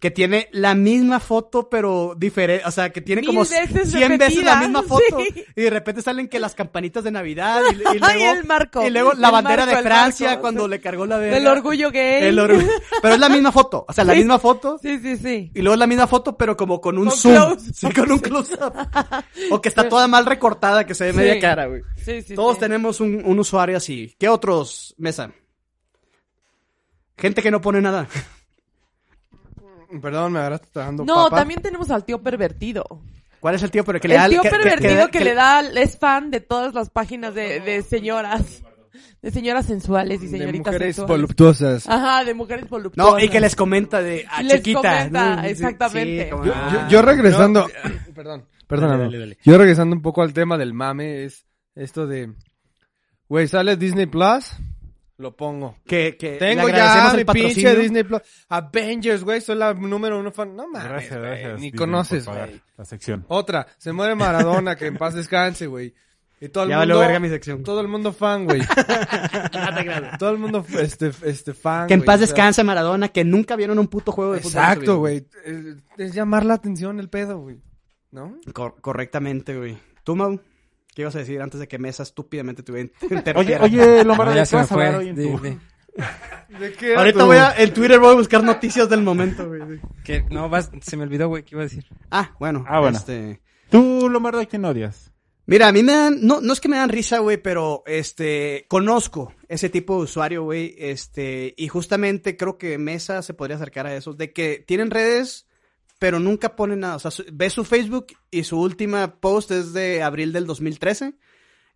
Speaker 1: que tiene la misma foto, pero diferente, o sea, que tiene
Speaker 4: Mil
Speaker 1: como
Speaker 4: veces
Speaker 1: 100 veces la
Speaker 4: repetida,
Speaker 1: misma foto.
Speaker 4: sí.
Speaker 1: Y de repente salen que las campanitas de Navidad y, y
Speaker 4: Ay,
Speaker 1: luego,
Speaker 4: el marco.
Speaker 1: y luego la
Speaker 4: El
Speaker 1: bandera
Speaker 4: marco,
Speaker 1: de
Speaker 4: el
Speaker 1: Francia
Speaker 4: marco.
Speaker 1: cuando le cargó la verga.
Speaker 4: Del orgullo que
Speaker 1: El orgullo. Pero es la misma foto, o sea, la
Speaker 4: Sí.
Speaker 1: misma foto.
Speaker 4: Sí, sí, sí.
Speaker 1: Y luego es la misma foto, pero como con un
Speaker 4: Con
Speaker 1: zoom.
Speaker 4: close.
Speaker 1: Sí, con un close-up. o que está toda mal recortada, que se ve
Speaker 4: Sí.
Speaker 1: media cara, güey.
Speaker 4: Sí, sí,
Speaker 1: Todos
Speaker 4: sí.
Speaker 1: tenemos un, un usuario así. ¿Qué otros, Mesa? Gente que no pone nada.
Speaker 5: eso. Perdón, me agarraste trabajando
Speaker 4: No,
Speaker 5: papa.
Speaker 4: también tenemos al tío pervertido.
Speaker 1: ¿Cuál es el tío pero que le da
Speaker 4: El tío
Speaker 1: que- que-
Speaker 4: pervertido que, le
Speaker 1: que-
Speaker 4: da, es fan de todas las páginas de, de señoras. De señoras sensuales y
Speaker 5: De
Speaker 4: señoritas
Speaker 5: mujeres
Speaker 4: sensuales.
Speaker 5: voluptuosas.
Speaker 4: Ajá, de mujeres voluptuosas.
Speaker 1: No, y que les comenta de a
Speaker 4: Y les
Speaker 1: chiquita.
Speaker 4: comenta,
Speaker 1: ¿no? Sí,
Speaker 4: exactamente.
Speaker 1: sí, como-
Speaker 5: Yo,
Speaker 1: ah.
Speaker 5: yo- yo regresando... Perdón, perdón.
Speaker 3: Dale, dale, dale.
Speaker 5: Yo regresando un poco al tema del mame, es esto de... Güey, sale Disney Plus, lo pongo.
Speaker 1: que, que le
Speaker 5: Tengo
Speaker 1: agradecemos
Speaker 5: ya mi
Speaker 1: el patrocinio.
Speaker 5: pinche Disney Plus. Avengers, güey, soy la número uno fan. No mames,
Speaker 2: Gracias,
Speaker 5: güey,
Speaker 2: gracias.
Speaker 5: Ni
Speaker 2: Disney, por
Speaker 5: conoces,
Speaker 2: pagar
Speaker 5: güey.
Speaker 2: La sección.
Speaker 5: Otra, se muere Maradona, que en paz descanse, güey. Y todo el
Speaker 1: Ya
Speaker 5: mundo...
Speaker 1: valió verga mi sección.
Speaker 5: Todo el mundo fan, güey. todo el mundo este, este fan,
Speaker 1: Que en
Speaker 5: güey,
Speaker 1: paz
Speaker 5: o sea,
Speaker 1: descanse Maradona, que nunca vieron un puto juego de fútbol. en su vida.
Speaker 5: Exacto, güey. Es, es llamar la atención el pedo, güey. ¿No?
Speaker 1: Cor- correctamente, güey. ¿Tú, Mau? ¿Qué ibas a decir antes de que Mesa estúpidamente te
Speaker 2: Oye,
Speaker 1: interrumpiera?
Speaker 2: oye,
Speaker 3: No,
Speaker 2: Lombardo,
Speaker 3: ya
Speaker 2: ¿de qué
Speaker 3: se me
Speaker 2: vas a hablar hoy
Speaker 3: fue.
Speaker 2: en
Speaker 3: Di-
Speaker 2: tu-
Speaker 3: di-
Speaker 5: ¿De qué era
Speaker 1: Ahorita
Speaker 5: tu-
Speaker 1: voy a, en Twitter voy a buscar noticias del momento, güey.
Speaker 3: que- no, vas, se me olvidó, güey, ¿qué iba a decir?
Speaker 1: Ah, bueno.
Speaker 2: Ah, bueno.
Speaker 1: Este...
Speaker 2: Tú, Lombardo, ¿a quién odias?
Speaker 1: Mira, a mí me dan, no, no es que me dan risa, güey, pero este, conozco ese tipo de usuario, güey, este, y justamente creo que Mesa se podría acercar a eso, de que tienen redes, pero nunca ponen nada, o sea, su- ves su Facebook y su última post es de abril del 2013,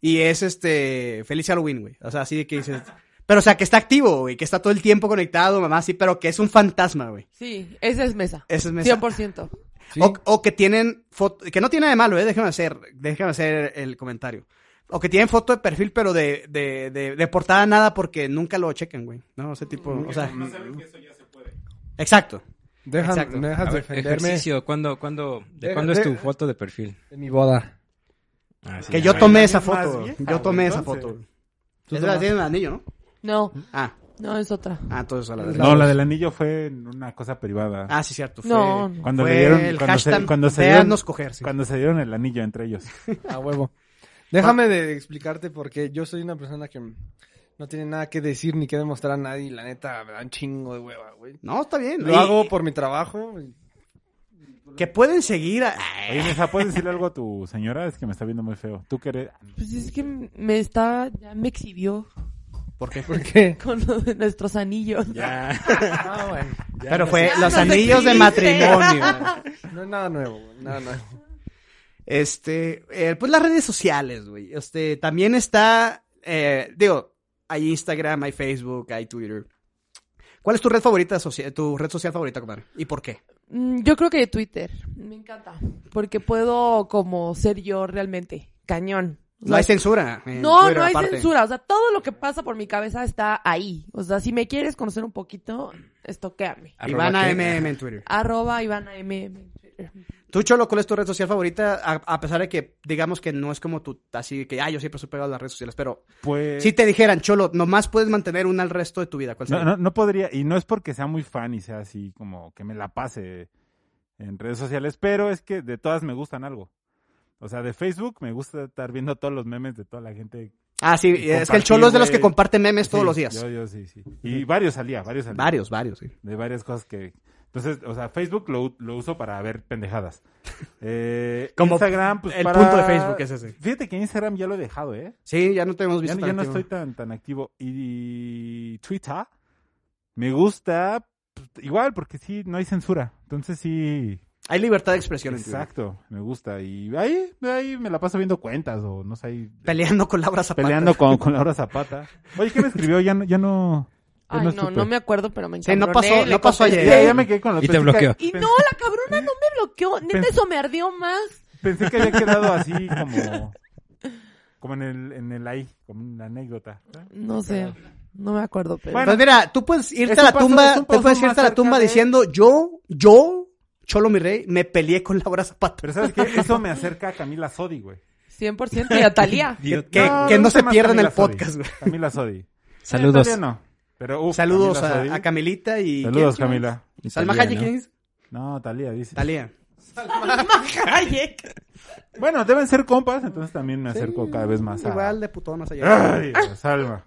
Speaker 1: y es este, feliz Halloween, güey, o sea, así de que dices, pero o sea, que está activo, güey, que está todo el tiempo conectado, mamá, sí, pero que es un fantasma, güey.
Speaker 4: Sí, esa es mesa.
Speaker 1: Ese es Mesa.
Speaker 4: 100%.
Speaker 5: Sí.
Speaker 1: O, o que tienen foto, que no tiene nada de malo, eh, déjame hacer, déjame hacer el comentario. O que tienen foto de perfil, pero de, de, de, de portada nada porque nunca lo chequen, güey. No, ese tipo, o sea. Exacto.
Speaker 5: Dejan-
Speaker 1: Exacto.
Speaker 5: me dejas
Speaker 3: A ver,
Speaker 5: defenderme
Speaker 3: ejercicio, ¿cuándo, cuándo, ¿de
Speaker 5: Deja-
Speaker 3: cuándo es
Speaker 5: de-
Speaker 3: tu foto de perfil?
Speaker 5: de mi boda.
Speaker 3: Ah, sí,
Speaker 1: Que
Speaker 3: ya,
Speaker 1: yo
Speaker 3: ahí.
Speaker 1: tomé
Speaker 2: Más
Speaker 1: esa foto.
Speaker 2: vieja,
Speaker 1: Yo tomé
Speaker 2: güey,
Speaker 1: esa
Speaker 2: entonces.
Speaker 1: foto.
Speaker 5: ¿Tú
Speaker 1: Es la
Speaker 5: tomaste?
Speaker 1: del anillo, ¿no?
Speaker 4: No,
Speaker 1: Ah,
Speaker 4: no es otra.
Speaker 1: ah, entonces a la del
Speaker 2: No, la del anillo fue en una cosa privada.
Speaker 1: Ah, sí, cierto. fue-
Speaker 4: No, no.
Speaker 2: cuando
Speaker 1: fue
Speaker 2: le dieron,
Speaker 1: el
Speaker 2: cuando
Speaker 1: hashtag
Speaker 2: se, cuando se dieron,
Speaker 1: véannos coger, sí.
Speaker 2: cuando se dieron el anillo entre ellos.
Speaker 5: A huevo. Déjame de explicarte porque yo soy una persona que no tiene nada que decir ni que demostrar a nadie. y La neta, me da un chingo de hueva, güey.
Speaker 1: No, está bien.
Speaker 5: Lo
Speaker 1: Y-
Speaker 5: hago por mi trabajo. y-
Speaker 1: Que pueden seguir. a-
Speaker 2: Oye, Misa, ¿puedes decirle algo a tu señora? Es que me está viendo muy feo. ¿Tú qué eres?
Speaker 4: Pues es que me está, ya me exhibió
Speaker 1: ¿Por qué?
Speaker 5: ¿Por qué?
Speaker 4: con lo de nuestros anillos.
Speaker 3: Ya.
Speaker 5: Ah, bueno.
Speaker 1: Pero fue
Speaker 4: Ya
Speaker 1: los
Speaker 4: nos
Speaker 1: anillos de
Speaker 4: exhibiste.
Speaker 1: matrimonio.
Speaker 5: No es nada nuevo, güey, nada nuevo.
Speaker 1: Este, eh, pues las redes sociales, güey. Este, también está, eh, digo, hay Instagram, hay Facebook, hay Twitter. ¿Cuál es tu red favorita, socia- tu red social favorita, comadre? ¿Y por qué?
Speaker 4: Mm, Yo creo que de Twitter. Me encanta. Porque puedo como ser yo realmente. Cañón. O
Speaker 1: No hay
Speaker 4: sea,
Speaker 1: censura. en
Speaker 4: no,
Speaker 1: Twitter,
Speaker 4: no hay
Speaker 1: aparte.
Speaker 4: censura. O sea, todo lo que pasa por mi cabeza está ahí. O sea, si me quieres conocer un poquito, estoqueame.
Speaker 3: Arroba
Speaker 1: Ivana
Speaker 3: qué.
Speaker 1: MM en Twitter.
Speaker 4: Arroba Ivana M. en Twitter.
Speaker 1: Tú, Cholo, ¿cuál es tu red social favorita? A, a pesar de que, digamos que no es como tu, así que, ah, yo siempre soy pegado a las redes sociales, pero
Speaker 2: Pues...
Speaker 1: si te dijeran, Cholo, nomás puedes mantener una al resto de tu vida, ¿cuál
Speaker 2: No,
Speaker 1: sería?
Speaker 2: no, no podría, y no es porque sea muy fan y sea así como que me la pase en redes sociales, pero es que de todas me gustan algo. O sea, de Facebook me gusta estar viendo todos los memes de toda la gente.
Speaker 1: Ah, sí,
Speaker 2: Y
Speaker 1: es que el Cholo es de los que comparte
Speaker 2: compartir,
Speaker 1: memes todos
Speaker 2: Sí,
Speaker 1: los días.
Speaker 2: Yo, yo sí, sí. Y varios al día, varios al día.
Speaker 1: Varios, varios, sí.
Speaker 2: De varias cosas que... Entonces, o sea, Facebook lo, u- lo uso para ver pendejadas. Eh,
Speaker 1: Como
Speaker 2: Instagram, pues
Speaker 1: el
Speaker 2: para-
Speaker 1: punto de Facebook es ese.
Speaker 2: Fíjate que Instagram ya lo he dejado, ¿eh?
Speaker 1: Sí, ya no te hemos
Speaker 2: Ya,
Speaker 1: visto.
Speaker 2: ya
Speaker 1: tan
Speaker 2: no
Speaker 1: activo.
Speaker 2: estoy tan, tan activo. Y Twitter me gusta pues, igual porque sí, no hay censura. Entonces sí,
Speaker 1: Hay libertad de expresión en Twitter.
Speaker 2: exacto, me gusta. Y ahí, ahí me la paso viendo cuentas o no sé, ahí
Speaker 1: Peleando con Laura Zapata.
Speaker 2: peleando con, con Laura Zapata. Oye, ¿qué me escribió? Ya no... Ya no ya
Speaker 4: Ay, no,
Speaker 2: supe.
Speaker 4: no me acuerdo, pero me
Speaker 1: Sí,
Speaker 4: encanta.
Speaker 1: no pasó- no pasó ayer.
Speaker 2: Ya, ya me quedé con la otra
Speaker 3: Y te
Speaker 2: chica.
Speaker 3: bloqueó.
Speaker 4: Y no,
Speaker 2: Pensé-
Speaker 4: la cabrona no me bloqueó. Neta,
Speaker 2: Pens-
Speaker 4: eso me ardió más.
Speaker 2: Pensé que había quedado así como... Como en el, en el ahí, como una anécdota.
Speaker 4: No sé. No me acuerdo, pero.
Speaker 2: Bueno,
Speaker 1: Pues mira, tú puedes irte
Speaker 2: Es
Speaker 1: a
Speaker 2: un
Speaker 1: la
Speaker 2: paso-
Speaker 1: tumba,
Speaker 2: es un
Speaker 1: te
Speaker 2: paso
Speaker 1: puedes
Speaker 2: más
Speaker 1: irte a la
Speaker 2: cerca
Speaker 1: tumba
Speaker 2: de-
Speaker 1: diciendo, yo, yo, Cholo mi rey, me peleé con Laura Zapata.
Speaker 2: Pero ¿sabes qué? Eso me acerca a Camila Sodi, güey.
Speaker 4: 100% y a Talía.
Speaker 1: Que,
Speaker 3: Dios,
Speaker 1: que-
Speaker 2: No,
Speaker 1: que
Speaker 2: me
Speaker 1: no
Speaker 2: gusta
Speaker 1: se
Speaker 2: más
Speaker 1: pierdan
Speaker 2: Camila
Speaker 1: el
Speaker 2: Sodi.
Speaker 1: podcast, güey.
Speaker 2: Camila Sodi.
Speaker 3: Saludos.
Speaker 2: Todavía no. Pero, uf,
Speaker 1: Saludos
Speaker 2: Camila
Speaker 1: a,
Speaker 2: Sodi.
Speaker 1: a Camilita y...
Speaker 2: Saludos,
Speaker 1: ¿quién?
Speaker 2: Camila.
Speaker 1: Salma
Speaker 3: Talía,
Speaker 1: Hayek,
Speaker 3: ¿no?
Speaker 1: ¿quién es?
Speaker 2: No, Talía, dice.
Speaker 1: Talía.
Speaker 4: Hayek.
Speaker 2: Bueno, deben ser compas, entonces también me acerco cada vez más a...
Speaker 1: Igual de putón más allá.
Speaker 2: Ay, Salma.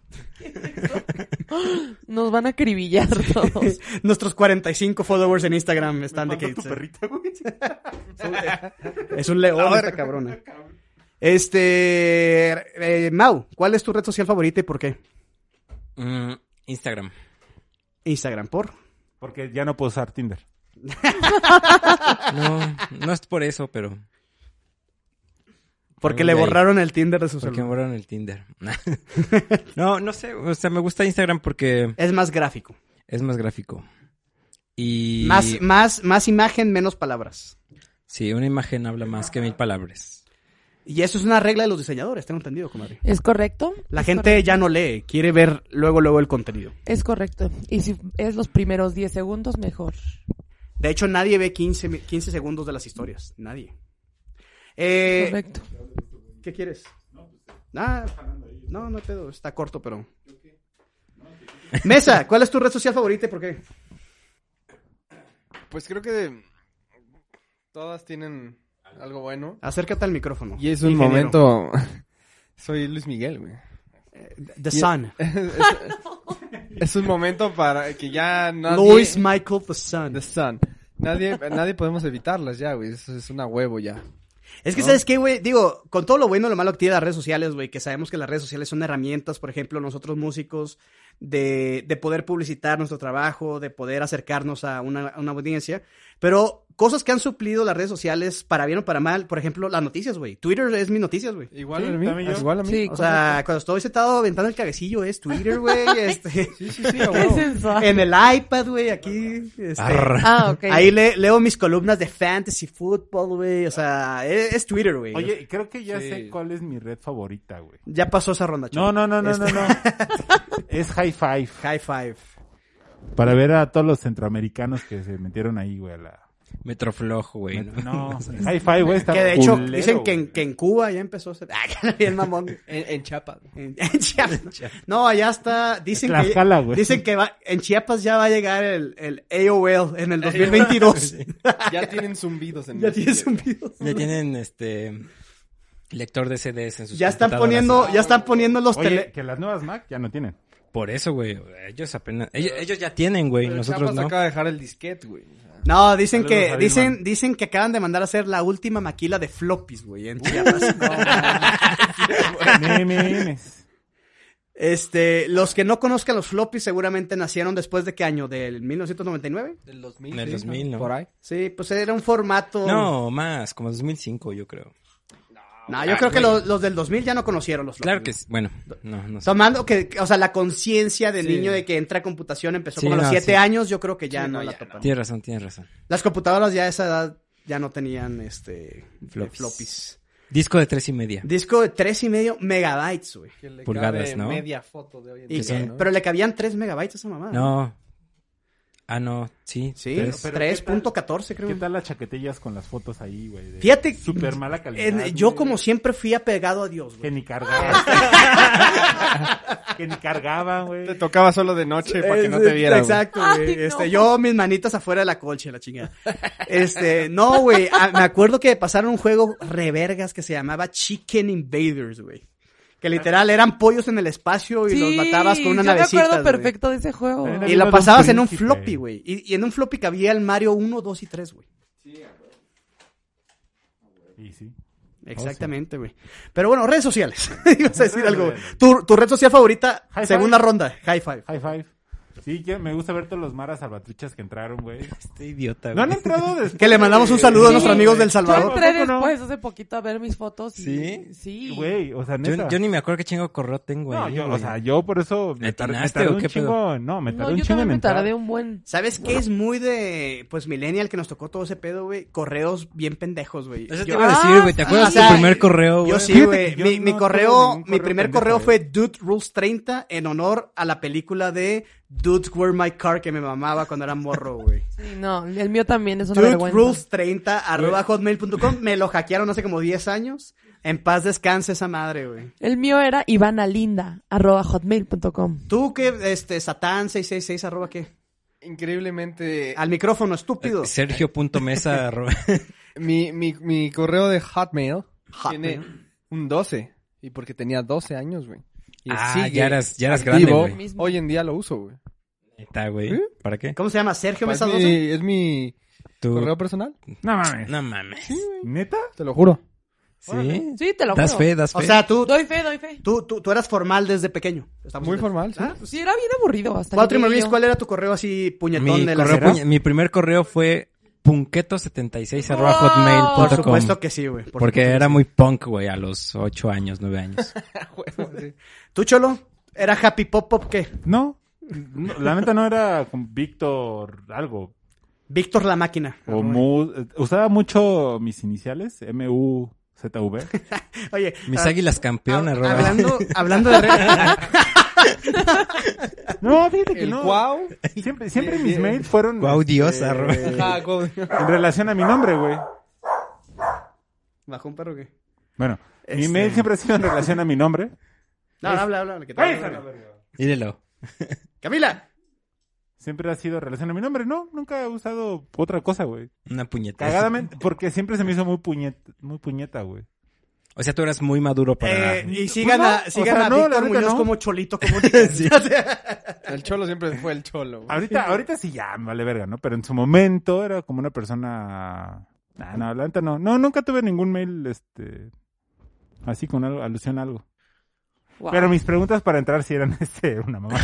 Speaker 4: Nos van a acribillar todos.
Speaker 1: Nuestros 45 followers en Instagram están de
Speaker 2: Mando
Speaker 1: que...
Speaker 2: tu perrita, güey.
Speaker 1: Es un león esta cabrona. Este... eh, Mau, ¿cuál es tu red social favorita y por qué?
Speaker 3: Mm, Instagram.
Speaker 1: Instagram, ¿por?
Speaker 2: Porque ya no puedo usar Tinder.
Speaker 3: No, no es por eso, pero
Speaker 1: Porque
Speaker 3: Algo
Speaker 1: le
Speaker 3: de ahí.
Speaker 1: borraron el Tinder de su
Speaker 3: porque me
Speaker 1: celular.
Speaker 3: borraron el Tinder. no, no sé, o sea, me gusta Instagram porque
Speaker 1: Es más gráfico.
Speaker 3: es más gráfico. Y
Speaker 1: Más, más, más imagen, menos palabras.
Speaker 3: sí, una imagen habla más que mil palabras.
Speaker 1: Y eso es una regla de los diseñadores, tengo entendido, comadre.
Speaker 4: ¿Es correcto?
Speaker 1: La
Speaker 4: Es
Speaker 1: gente ya no lee, quiere ver luego, luego el contenido.
Speaker 4: Es correcto. Y si es los primeros 10 segundos, mejor.
Speaker 1: De hecho, nadie ve 15, mi- 15 segundos de las historias. Nadie. Eh,
Speaker 4: correcto.
Speaker 1: ¿Qué quieres? Ah, no, no pedo, está corto, pero. Mesa, ¿cuál es tu red social favorita y por qué?
Speaker 5: Pues creo que todas tienen algo bueno.
Speaker 1: Acércate al micrófono.
Speaker 5: Y es un
Speaker 1: ingeniero.
Speaker 5: momento. Soy Luis Miguel, güey.
Speaker 1: The Sun.
Speaker 5: Es un momento para que ya nadie.
Speaker 1: Louis Michael The Sun.
Speaker 5: The Sun. Nadie, nadie podemos evitarlas ya, güey. Es, es una huevo ya.
Speaker 1: Es que, ¿sabes qué, güey? Digo, con todo lo bueno y lo malo que tiene las redes sociales, güey, que sabemos que las redes sociales son herramientas, por ejemplo, nosotros músicos, de, de poder publicitar nuestro trabajo, de poder acercarnos a una, a una audiencia. Pero cosas que han suplido las redes sociales, para bien o para mal, por ejemplo, las noticias, güey. Twitter es mis noticias, güey.
Speaker 5: Igual
Speaker 2: Sí,
Speaker 5: a mí.
Speaker 2: también yo.
Speaker 5: Igual a mí.
Speaker 4: Sí,
Speaker 1: O sea, cuando estoy sentado aventando el cabecillo es Twitter, güey. este,
Speaker 5: Sí, sí, sí, a
Speaker 4: Qué
Speaker 5: huevo.
Speaker 4: sensual.
Speaker 1: en el iPad, güey, aquí. este,
Speaker 3: Arr.
Speaker 4: Ah, ok.
Speaker 1: Ahí le- leo mis columnas de fantasy football, güey. O sea, es, es Twitter, güey.
Speaker 2: Oye, creo que ya
Speaker 5: Sí.
Speaker 2: sé cuál es mi red favorita, güey.
Speaker 1: Ya pasó esa ronda,
Speaker 2: No,
Speaker 1: Chuy.
Speaker 2: no, no, no,
Speaker 1: Este-
Speaker 2: no, no. es High Five.
Speaker 1: High five.
Speaker 2: Para ver a todos los centroamericanos que se metieron ahí, güey. a La...
Speaker 3: Metro flojo, güey. ¿no?
Speaker 2: No, hi-fi, güey. está
Speaker 1: Que de hecho,
Speaker 2: culero,
Speaker 1: dicen que en,
Speaker 2: güey.
Speaker 1: que en Cuba ya empezó a ser. Ah, bien mamón.
Speaker 5: En, en Chiapas. güey.
Speaker 1: En, en Chiapas. No, allá está. Dicen
Speaker 2: Tlaxcala,
Speaker 1: que,
Speaker 2: güey.
Speaker 1: dicen que va, en Chiapas ya va a llegar el, el AOL en el 2022.
Speaker 5: Ya tienen zumbidos en
Speaker 1: ya
Speaker 5: el-
Speaker 1: tienes un video.
Speaker 3: Ya tienen este lector de CDs en sus
Speaker 1: Ya están
Speaker 3: computadoras.
Speaker 1: poniendo, ya están poniendo los
Speaker 2: Oye,
Speaker 1: tele.
Speaker 2: que las nuevas Mac ya no tienen.
Speaker 3: Por eso, güey. Ellos apenas. Ellos, ellos ya tienen, güey.
Speaker 5: Pero
Speaker 3: Nosotros
Speaker 5: Chiapas
Speaker 3: no.
Speaker 5: acaba de dejar el disquete, güey. O sea,
Speaker 1: No, dicen
Speaker 2: Saludos
Speaker 1: que,
Speaker 2: a
Speaker 1: dicen,
Speaker 2: Dilman.
Speaker 1: dicen que acaban de mandar a hacer la última maquila de floppies, güey, en Chiapas.
Speaker 2: Memes.
Speaker 1: Este, los que no conozcan los floppies seguramente nacieron después de qué año, del 1999.
Speaker 5: Del 2000.
Speaker 3: Del
Speaker 5: sí,
Speaker 3: 2000, ¿no?
Speaker 5: Por ahí.
Speaker 1: Sí, pues era un formato.
Speaker 3: No, más. Como 2005, yo creo.
Speaker 1: No, yo creo que los, los del 2000 ya no conocieron los floppies.
Speaker 3: Claro que sí. Bueno, no, no sé.
Speaker 1: Tomando que, que- o sea, la conciencia del
Speaker 5: Sí.
Speaker 1: niño de que entra a computación empezó
Speaker 3: Sí,
Speaker 1: como a los
Speaker 3: no,
Speaker 1: 7
Speaker 3: sí.
Speaker 1: años, yo creo que ya
Speaker 5: Sí,
Speaker 1: no,
Speaker 5: no,
Speaker 1: la
Speaker 5: ya
Speaker 1: topan.
Speaker 3: Tienes razón, tienes razón.
Speaker 1: Las computadoras ya a esa edad ya no tenían este floppies.
Speaker 3: Flops. Disco de tres y media.
Speaker 1: Disco de 3 y medio megabytes, güey.
Speaker 5: Que le
Speaker 3: Pulgadas,
Speaker 5: cabe
Speaker 3: ¿no?
Speaker 5: media foto de hoy en
Speaker 1: Y
Speaker 5: día,
Speaker 1: que-
Speaker 5: ¿no?
Speaker 1: Pero le cabían 3 megabytes a esa mamá.
Speaker 3: No. Ah, no. Sí.
Speaker 1: Sí,
Speaker 3: tres.
Speaker 2: pero-
Speaker 1: 3.14
Speaker 2: ¿Qué
Speaker 3: Mm.
Speaker 1: creo.
Speaker 2: tal las chaquetillas con las fotos ahí, güey? de-
Speaker 1: Fíjate,
Speaker 2: Súper mala calidad.
Speaker 1: en-
Speaker 2: güey.
Speaker 1: yo como siempre fui apegado a Dios,
Speaker 2: Que
Speaker 1: güey.
Speaker 2: ni cargaban. que ni cargaban, güey.
Speaker 5: Te tocaba solo de noche para que no te
Speaker 1: Eh,
Speaker 5: vieran.
Speaker 1: Exacto, güey.
Speaker 4: Ay, no.
Speaker 1: Este, yo mis manitas afuera de la colcha, la chingada. Este, no, güey. a- Me acuerdo que pasaron un juego revergas que se llamaba Chicken Invaders, güey. Que literal eran pollos en el espacio y
Speaker 4: Sí,
Speaker 1: los matabas con una
Speaker 4: yo me
Speaker 1: navecita.
Speaker 4: acuerdo
Speaker 1: güey.
Speaker 4: perfecto de ese juego.
Speaker 2: Era-
Speaker 1: Y
Speaker 2: Uno de
Speaker 1: lo
Speaker 2: un
Speaker 1: pasabas en un
Speaker 2: príncipe.
Speaker 1: floppy, güey. Y, y en un floppy cabía el Mario 1, 2 y 3, güey.
Speaker 2: Y sí.
Speaker 1: Exactamente, güey. Pero bueno, redes sociales. Ibas a decir algo, güey. Tu, tu red social favorita,
Speaker 2: High five.
Speaker 1: segunda ronda, High Five.
Speaker 2: High five. Sí, que me gusta ver todos los maras salvatruchas que entraron, güey.
Speaker 3: Este
Speaker 2: No
Speaker 3: idiota, güey.
Speaker 2: han entrado desde...
Speaker 1: Que le mandamos un saludo a
Speaker 4: Sí.
Speaker 1: nuestros amigos del Salvador.
Speaker 4: Yo entré
Speaker 2: ¿Tampoco no?
Speaker 4: después, hace poquito, a ver mis fotos. Y,
Speaker 3: ¿Sí?
Speaker 4: Sí.
Speaker 2: Güey, o sea, neta.
Speaker 3: Yo, yo ni me acuerdo qué chingo correo tengo
Speaker 2: No,
Speaker 3: ahí,
Speaker 2: yo, o
Speaker 3: güey.
Speaker 2: sea, yo por eso me,
Speaker 3: ¿Le
Speaker 2: tar- me
Speaker 3: atinaste
Speaker 2: tardé
Speaker 3: o
Speaker 2: un
Speaker 3: qué pedo?
Speaker 2: chingo. No, me tardé
Speaker 4: No,
Speaker 2: un
Speaker 4: yo
Speaker 2: chingo
Speaker 4: también
Speaker 2: en
Speaker 4: me
Speaker 2: entrar.
Speaker 4: tardé un buen...
Speaker 1: ¿Sabes qué es muy de, pues, Millennial que nos tocó todo ese pedo, güey? Correos bien pendejos, güey.
Speaker 3: Eso te
Speaker 1: Yo-
Speaker 3: iba a decir, güey. ¿Te
Speaker 1: Ah,
Speaker 3: acuerdas
Speaker 1: o sea,
Speaker 3: tu primer correo, güey?
Speaker 1: Yo sí,
Speaker 2: Fíjate
Speaker 1: güey.
Speaker 2: que yo
Speaker 1: Mi,
Speaker 2: no
Speaker 1: mi
Speaker 2: tuve
Speaker 1: correo,
Speaker 2: ningún
Speaker 1: mi
Speaker 2: correo
Speaker 1: primer
Speaker 2: pendejo,
Speaker 1: correo
Speaker 2: eh.
Speaker 1: fue Dude Rules 30 en honor a la película de Dudes Were My Car que me mamaba cuando era morro, güey.
Speaker 4: Sí, no, el mío también es una
Speaker 1: Dude
Speaker 4: vergüenza.
Speaker 1: Rules 30 arroba hotmail.com. Me lo hackearon hace como 10 años. En paz descanse esa madre, güey.
Speaker 4: El mío era ivanalinda, arroba hotmail.com.
Speaker 1: ¿Tú qué, este, Satán 666 arroba qué?
Speaker 5: Increíblemente, ah,
Speaker 1: Al micrófono, estúpido.
Speaker 3: Eh, Sergio.mesa. arroba-
Speaker 5: mi, mi, mi correo de Hotmail,
Speaker 1: Hotmail.
Speaker 5: tiene un 12. Y porque tenía 12 años, güey. Y
Speaker 3: ah,
Speaker 5: sigue
Speaker 3: ya eras, ya eras grande,
Speaker 5: activo.
Speaker 3: güey.
Speaker 4: güey.
Speaker 5: Hoy en día lo uso, güey.
Speaker 3: Neta, güey.
Speaker 5: ¿Eh?
Speaker 3: ¿Para qué?
Speaker 1: ¿Cómo se llama? Sergio
Speaker 5: Es
Speaker 1: Mesa 12.
Speaker 5: Pues mi, es mi
Speaker 3: Tú-
Speaker 5: correo personal,
Speaker 2: No mames.
Speaker 3: No mames.
Speaker 2: ¿Neta?
Speaker 5: te lo juro.
Speaker 3: ¿Sí?
Speaker 4: Sí, te lo
Speaker 3: Das
Speaker 4: juro.
Speaker 3: fe, das fe.
Speaker 1: O sea, tú,
Speaker 4: Doy fe, doy fe.
Speaker 1: tú, tú, tú eras formal desde pequeño. Estamos
Speaker 5: Muy
Speaker 1: de-
Speaker 5: formal, sí.
Speaker 1: Ah,
Speaker 4: Sí, era bien aburrido hasta
Speaker 1: Cuatro y
Speaker 4: que
Speaker 1: me
Speaker 4: yo-
Speaker 1: olvides, ¿cuál era tu correo así puñetón
Speaker 3: mi,
Speaker 1: de
Speaker 3: correo
Speaker 1: la
Speaker 3: puñe- mi primer correo fue punketo76 arroba
Speaker 4: Wow.
Speaker 3: hotmail.com.
Speaker 1: Por supuesto que sí, güey. por
Speaker 3: Porque
Speaker 1: supuesto
Speaker 3: era
Speaker 1: que sí.
Speaker 3: muy punk, güey, a los 8 años, 9 años.
Speaker 1: ¿Tú, Cholo? ¿Era Happy Pop Pop qué?
Speaker 2: No. No, La neta no era con Víctor algo.
Speaker 1: Víctor la Máquina.
Speaker 2: O mu- eh, usaba mucho mis iniciales, M-U-Z-V.
Speaker 1: Oye.
Speaker 3: Mis
Speaker 1: ah,
Speaker 3: águilas campeón
Speaker 1: hab-
Speaker 3: arroba.
Speaker 1: hablando, hablando de... re-
Speaker 2: No, fíjate que
Speaker 5: El
Speaker 2: no.
Speaker 5: guau.
Speaker 2: Siempre, siempre
Speaker 5: Bien,
Speaker 2: mis
Speaker 5: bien.
Speaker 2: mails fueron
Speaker 3: Guau, Dios,
Speaker 2: este,
Speaker 3: arroba.
Speaker 5: Ajá, guau.
Speaker 2: en relación a mi nombre, güey.
Speaker 1: ¿Bajó un perro o qué?
Speaker 2: Bueno, mi
Speaker 1: Este-
Speaker 2: mail siempre ha sido en relación a mi nombre.
Speaker 1: No, no, habla, habla. habla, que te-
Speaker 3: Mírelo.
Speaker 1: ¡Camila!
Speaker 2: Siempre ha sido en relación a mi nombre. No, nunca he usado otra cosa, güey.
Speaker 3: Una puñeta.
Speaker 2: Cagadamente, porque siempre se me hizo muy puñeta, muy puñeta, güey.
Speaker 3: O sea, tú eras muy maduro para...
Speaker 1: Eh, y sigan
Speaker 2: Pues no,
Speaker 1: a,
Speaker 2: o
Speaker 1: sigan
Speaker 2: sea,
Speaker 1: a
Speaker 2: no, la
Speaker 1: Víctor
Speaker 2: neta
Speaker 1: Muñoz
Speaker 2: no.
Speaker 1: como Cholito. Como sí.
Speaker 5: El cholo siempre fue el cholo,
Speaker 4: Pues
Speaker 5: güey.
Speaker 2: Ahorita, ahorita sí ya me vale verga, ¿no? Pero en su momento era como una persona. Ah, no, la neta no. No, nunca tuve ningún mail, este. Así con algo, alusión a algo.
Speaker 4: Wow.
Speaker 2: Pero mis preguntas para entrar sí eran, este, una mamá.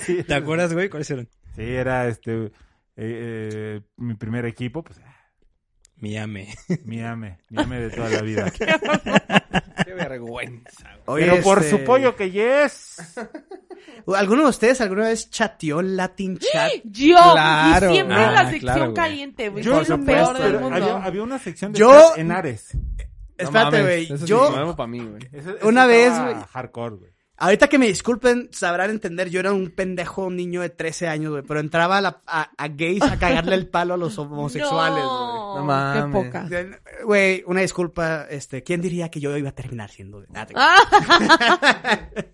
Speaker 2: sí,
Speaker 3: ¿Te acuerdas, güey? ¿Cuáles eran?
Speaker 2: sí, era, este. eh, eh, mi primer equipo, pues. ah,
Speaker 3: Miami.
Speaker 2: Miame, Miame de toda la vida.
Speaker 5: Qué vergüenza.
Speaker 1: Oye,
Speaker 2: Pero por
Speaker 1: este,
Speaker 2: su pollo que yes.
Speaker 1: ¿Alguno de ustedes alguna vez chateó Latin Chat?
Speaker 4: Yo,
Speaker 5: Claro.
Speaker 4: y siempre en
Speaker 3: Ah,
Speaker 4: la sección
Speaker 3: claro, güey.
Speaker 4: caliente, güey.
Speaker 2: Yo
Speaker 4: Yo
Speaker 2: en
Speaker 4: es lo
Speaker 2: un
Speaker 4: peor
Speaker 2: puesto,
Speaker 4: del
Speaker 2: pero
Speaker 4: mundo.
Speaker 2: Había, había una sección de
Speaker 1: Yo-
Speaker 2: chat en Ares.
Speaker 1: Espérate,
Speaker 5: mames,
Speaker 1: güey.
Speaker 5: eso sí
Speaker 1: Yo,
Speaker 5: es nuevo para mí, güey.
Speaker 2: Eso- eso
Speaker 1: Una vez,
Speaker 2: estaba
Speaker 1: güey.
Speaker 2: Hardcore, güey.
Speaker 1: Ahorita que me disculpen, sabrán entender, yo era un pendejo, un niño de 13 años, güey, pero entraba a, la- a- a gays a cagarle el palo a los homosexuales, güey.
Speaker 4: No,
Speaker 5: No mames.
Speaker 4: Qué poca.
Speaker 1: De- Güey, una disculpa, este, ¿quién diría que yo iba a terminar siendo? gay? Nada, te-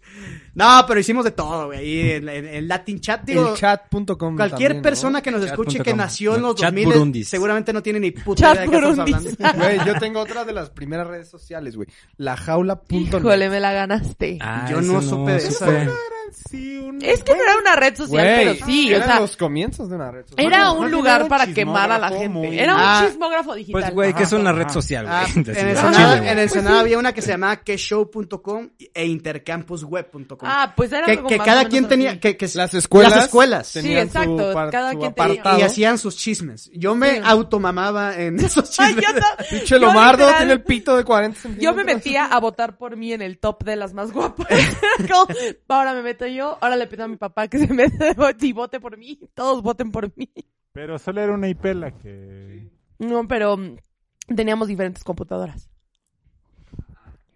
Speaker 1: no, pero hicimos de todo, güey, ahí en, en- en Latin Chat, digo,
Speaker 5: Elchat.com.
Speaker 1: cualquier
Speaker 5: también, ¿no?
Speaker 1: persona que nos escuche que
Speaker 3: Chat.com.
Speaker 1: nació en los
Speaker 3: Chat
Speaker 1: 2000
Speaker 3: Burundis.
Speaker 1: seguramente no tiene ni puta
Speaker 4: Chat
Speaker 1: idea de qué estamos
Speaker 4: Burundis.
Speaker 1: hablando.
Speaker 5: Güey, yo tengo otra de las primeras redes sociales, güey. La jaula
Speaker 4: Híjole, me la ganaste.
Speaker 3: Ah,
Speaker 1: Yo
Speaker 3: ese
Speaker 1: no supe de eso,
Speaker 3: supe.
Speaker 1: güey.
Speaker 4: Es que no era una red social, pero sí, o
Speaker 5: eran
Speaker 4: sea,
Speaker 5: los comienzos de una red social.
Speaker 4: era
Speaker 2: Más
Speaker 4: un
Speaker 2: bien
Speaker 4: lugar
Speaker 2: era un
Speaker 4: para quemar a la
Speaker 2: chismógrafo
Speaker 4: gente.
Speaker 2: muy-
Speaker 4: Era un
Speaker 1: Ah.
Speaker 4: chismógrafo digital.
Speaker 3: Pues, güey, que es una red
Speaker 2: Ajá.
Speaker 3: social, güey.
Speaker 1: Ah, en
Speaker 3: Así, al
Speaker 1: Ensenada,
Speaker 3: chile, güey.
Speaker 1: en Ensenada había una que se llamaba queshow.com e intercampusweb.com.
Speaker 4: Ah, pues era
Speaker 1: que,
Speaker 4: algo
Speaker 1: que
Speaker 4: más o
Speaker 1: cada
Speaker 4: menos
Speaker 1: quien tenía
Speaker 4: así.
Speaker 1: que, que-
Speaker 5: Las escuelas
Speaker 1: las escuelas
Speaker 4: Sí,
Speaker 5: tenían su
Speaker 4: exacto,
Speaker 5: par-
Speaker 4: cada
Speaker 5: su
Speaker 4: quien tenía.
Speaker 5: apartado.
Speaker 1: y hacían sus chismes. Yo me
Speaker 4: Sí.
Speaker 1: automamaba en esos
Speaker 4: Ay,
Speaker 1: chismes.
Speaker 4: yo no-
Speaker 5: Pinche
Speaker 4: yo
Speaker 5: Lomardo
Speaker 4: literal-
Speaker 5: tiene el pito de 40
Speaker 4: Yo
Speaker 5: centímetros.
Speaker 4: me metía a votar por mí en el top de las más guapas. Como, ahora me meto yo, ahora le pido a mi papá que se meta y vote por mí. Todos voten por mí.
Speaker 2: Pero solo era una IP la que...
Speaker 4: No, pero mm, teníamos diferentes computadoras.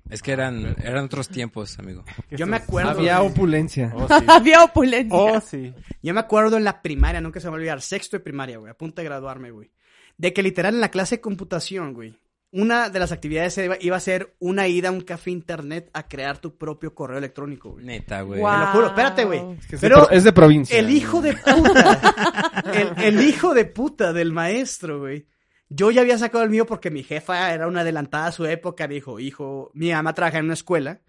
Speaker 3: Es que eran, eran otros tiempos, amigo.
Speaker 2: que
Speaker 1: Yo me
Speaker 2: estos-
Speaker 1: acuerdo.
Speaker 5: Había opulencia.
Speaker 2: Oh, sí.
Speaker 4: Había opulencia.
Speaker 1: Ah,
Speaker 2: Oh, sí.
Speaker 1: Yo me acuerdo en la primaria, nunca se me va a olvidar, sexto de primaria, güey, a punto de graduarme, güey. De que literal en la clase de computación, güey, una de las actividades iba, iba a ser una ida a un café internet a crear tu propio correo electrónico, güey.
Speaker 3: Neta, güey.
Speaker 4: Guau.
Speaker 1: Te lo juro, espérate, güey.
Speaker 5: Es que es de
Speaker 1: Pero
Speaker 5: pro- es de provincia.
Speaker 1: El hijo de puta. El, el hijo de puta del maestro, güey. Yo ya había sacado el mío porque mi jefa era una adelantada a su época. Me dijo, hijo, mi mamá trabaja en una escuela.